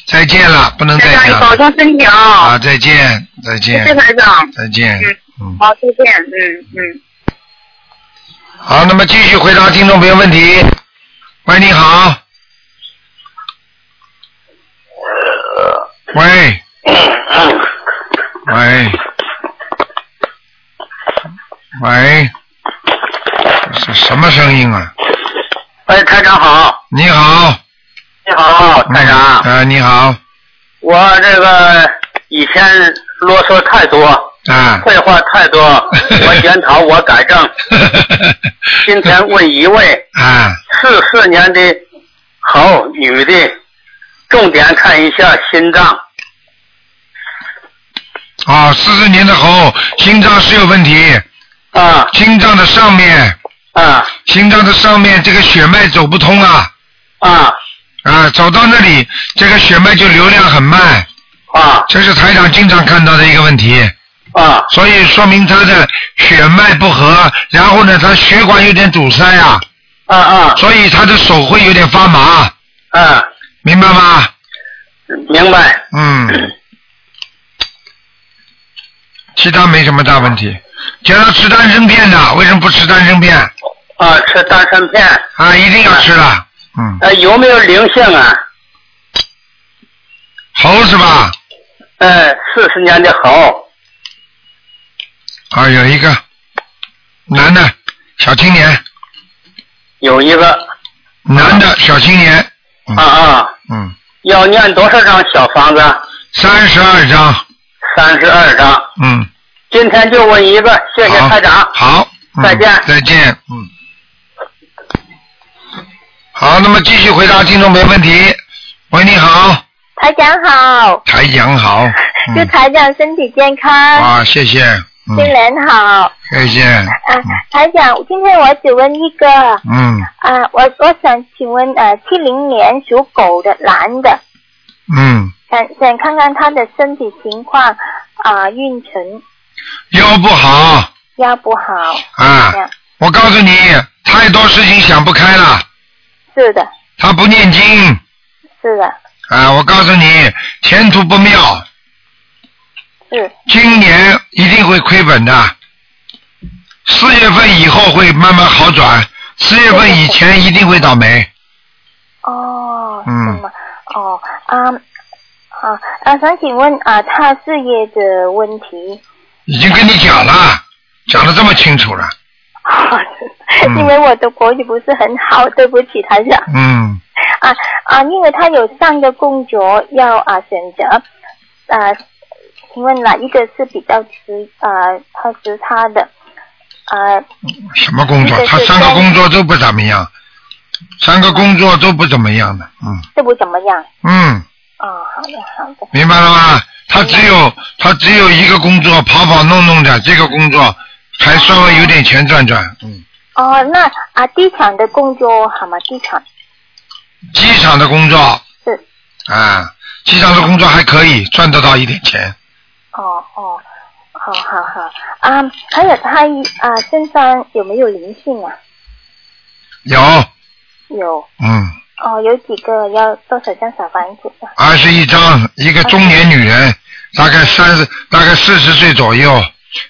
[SPEAKER 1] 再见了，不能嗯
[SPEAKER 2] 台
[SPEAKER 1] 再
[SPEAKER 2] 长你
[SPEAKER 1] 讲，
[SPEAKER 2] 保
[SPEAKER 1] 了，
[SPEAKER 2] 重身体啊。
[SPEAKER 1] 啊，再见，再
[SPEAKER 2] 谢
[SPEAKER 1] 见，
[SPEAKER 2] 谢台长。
[SPEAKER 1] 再见，嗯，
[SPEAKER 2] 好，再见。嗯嗯。
[SPEAKER 1] 好，那么继续回答听众朋友问题。喂，你好。喂。喂。喂。这什么声音啊？
[SPEAKER 4] 哎，台长好，
[SPEAKER 1] 你好，
[SPEAKER 4] 你好，台长，
[SPEAKER 1] 啊，你好，
[SPEAKER 4] 我这个以前啰嗦太多，
[SPEAKER 1] 啊，
[SPEAKER 4] 废话 太多，我检讨，我改正。今天问一位
[SPEAKER 1] 啊，
[SPEAKER 4] 四四年的猴女的，重点看一下心脏，
[SPEAKER 1] 啊，四十年的猴，心脏是有问题。
[SPEAKER 4] 啊。
[SPEAKER 1] 心脏的上面。
[SPEAKER 4] 啊。
[SPEAKER 1] 心脏的上面这个血脉走不通啊。
[SPEAKER 4] 啊。
[SPEAKER 1] 啊，走到那里，这个血脉就流量很慢。
[SPEAKER 4] 啊。
[SPEAKER 1] 这是台长经常看到的一个问题。
[SPEAKER 4] 啊。
[SPEAKER 1] 所以说明他的血脉不和，然后呢，他血管有点堵塞啊。
[SPEAKER 4] 啊啊。
[SPEAKER 1] 所以他的手会有点发麻。
[SPEAKER 4] 啊。
[SPEAKER 1] 明白吗？
[SPEAKER 4] 明白？
[SPEAKER 1] 嗯，其他没什么大问题。叫他吃丹参片的，为什么不吃丹参片？
[SPEAKER 4] 啊，吃丹参片。
[SPEAKER 1] 啊，一定要吃的。嗯。
[SPEAKER 4] 呃，有没有灵性啊？
[SPEAKER 1] 猴是吧？
[SPEAKER 4] 呃，四十年的猴，
[SPEAKER 1] 啊，有一个男的小青年，
[SPEAKER 4] 有一个
[SPEAKER 1] 男的小青年，
[SPEAKER 4] 啊啊，
[SPEAKER 1] 嗯，
[SPEAKER 4] 要念多少张小房子？
[SPEAKER 1] 三十二张，
[SPEAKER 4] 三十二张。
[SPEAKER 1] 嗯，
[SPEAKER 4] 今天就问一个，谢谢台长。
[SPEAKER 1] 好，嗯
[SPEAKER 4] 再见
[SPEAKER 1] 再见，嗯。好，那么继续回答听众朋友问题。喂，你好，
[SPEAKER 5] 台长好，
[SPEAKER 1] 台长好，
[SPEAKER 5] 祝
[SPEAKER 1] 嗯，
[SPEAKER 5] 台长身体健康，
[SPEAKER 1] 啊，谢谢，嗯，
[SPEAKER 5] 新年好。
[SPEAKER 1] 谢谢，
[SPEAKER 5] 啊，台长，今天我只问一个啊，
[SPEAKER 1] 嗯
[SPEAKER 5] 我我想请问呃，七零年属狗的男的，
[SPEAKER 1] 嗯，
[SPEAKER 5] 想想看看他的身体情况啊、运程
[SPEAKER 1] 腰不好
[SPEAKER 5] 要不好，
[SPEAKER 1] 啊
[SPEAKER 5] 这样，
[SPEAKER 1] 我告诉你，太多事情想不开了，
[SPEAKER 5] 是的，
[SPEAKER 1] 他不念经
[SPEAKER 5] 是的，
[SPEAKER 1] 啊，我告诉你，前途不妙。
[SPEAKER 5] 是
[SPEAKER 1] 今年一定会亏本的，四月份以后会慢慢好转，四月份以前一定会倒霉。
[SPEAKER 5] 哦，是
[SPEAKER 1] 嗯
[SPEAKER 5] 吗？哦啊啊啊，想请问啊、他事业的问题，
[SPEAKER 1] 已经跟你讲了，讲的这么清楚了，嗯
[SPEAKER 5] 因为我的国语不是很好，对不起台长。
[SPEAKER 1] 嗯，
[SPEAKER 5] 啊啊，因为他有三个工作要啊选择，啊，请问哪一个是比较吃啊合适他的？啊，
[SPEAKER 1] 什么工作
[SPEAKER 5] 这？个
[SPEAKER 1] 他
[SPEAKER 5] 是
[SPEAKER 1] 三个
[SPEAKER 5] 专
[SPEAKER 1] 工作都不怎么样，三个工作都不怎么样的，嗯
[SPEAKER 5] 这不怎么样？
[SPEAKER 1] 嗯，
[SPEAKER 5] 啊，好的好的，
[SPEAKER 1] 明白了吗？他只有他只有一个工作，跑跑弄弄的，这个工作还稍微有点钱赚赚，嗯，
[SPEAKER 5] 哦，那啊地产的工作好吗？地产
[SPEAKER 1] 机场的工作
[SPEAKER 5] 是，
[SPEAKER 1] 啊，机场的工作还可以，赚得到一点钱。
[SPEAKER 5] 哦哦，好好好啊，还有他一啊身上有没有灵性啊？
[SPEAKER 1] 有，
[SPEAKER 5] 有
[SPEAKER 1] 嗯，
[SPEAKER 5] 哦，有几个要多少张小房子啊？
[SPEAKER 1] 二十一张，一个中年女人，大概三十，大概四十岁左右，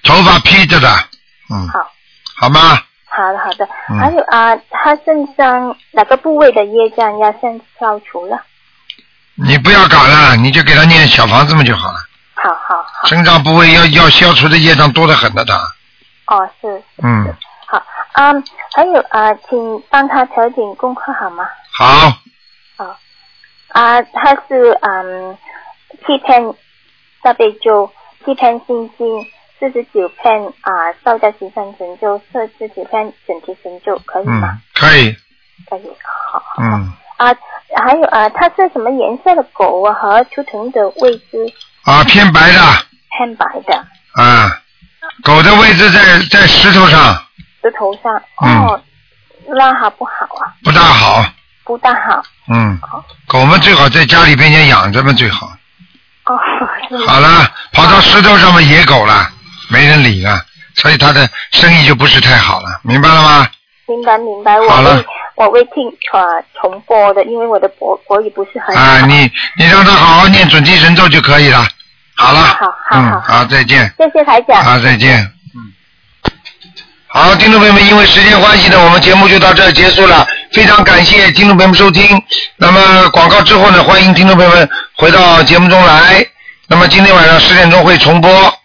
[SPEAKER 1] 头发披着的，嗯，
[SPEAKER 5] 好，
[SPEAKER 1] 好吗？
[SPEAKER 5] 好的好的，
[SPEAKER 1] 嗯
[SPEAKER 5] 还有啊，他身上哪个部位的业障要先消除了？
[SPEAKER 1] 你不要搞了，你就给他念小房子嘛就好了。
[SPEAKER 5] 好好好，
[SPEAKER 1] 身上部位要要消除的业障多得很的，他。
[SPEAKER 5] 哦是
[SPEAKER 1] 嗯，
[SPEAKER 5] 好啊，还有啊，请帮他调整功课好吗？哦
[SPEAKER 1] 好，
[SPEAKER 5] 啊，他是嗯七篇大悲咒，七篇心经，四十九篇啊道家行善神咒，四十九篇整体神咒，可以吗？
[SPEAKER 1] 嗯，可以，
[SPEAKER 5] 可以，好。
[SPEAKER 1] 嗯，
[SPEAKER 5] 啊，还有啊，它是什么颜色的狗啊？和图腾的位置
[SPEAKER 1] 啊，偏白的，
[SPEAKER 5] 偏白的，
[SPEAKER 1] 啊，狗的位置在在石头上，
[SPEAKER 5] 石头上。
[SPEAKER 1] 嗯
[SPEAKER 5] 哦，那好不好啊？
[SPEAKER 1] 不大好，
[SPEAKER 5] 不大好。
[SPEAKER 1] 嗯，狗们最好在家里边先养着嘛最好。
[SPEAKER 5] 哦，是吗
[SPEAKER 1] 好了，跑到石头上面野狗了，
[SPEAKER 5] 嗯
[SPEAKER 1] 没人理了，所以他的生意就不是太好了，明白了吗？
[SPEAKER 5] 明白明白，我
[SPEAKER 1] 好了
[SPEAKER 5] 会我会听呃重播的，因为我的国国语不是哎很好。
[SPEAKER 1] 啊，你你让他好好念准提神咒就可以了。好了，
[SPEAKER 5] 好好好
[SPEAKER 1] 嗯，好，再见。
[SPEAKER 5] 谢谢台长。
[SPEAKER 1] 好，再见。嗯，好，听众朋友们，因为时间关系呢，我们节目就到这儿结束了。非常感谢听众朋友们收听。那么广告之后呢，欢迎听众朋友们回到节目中来。那么今天晚上十点钟会重播。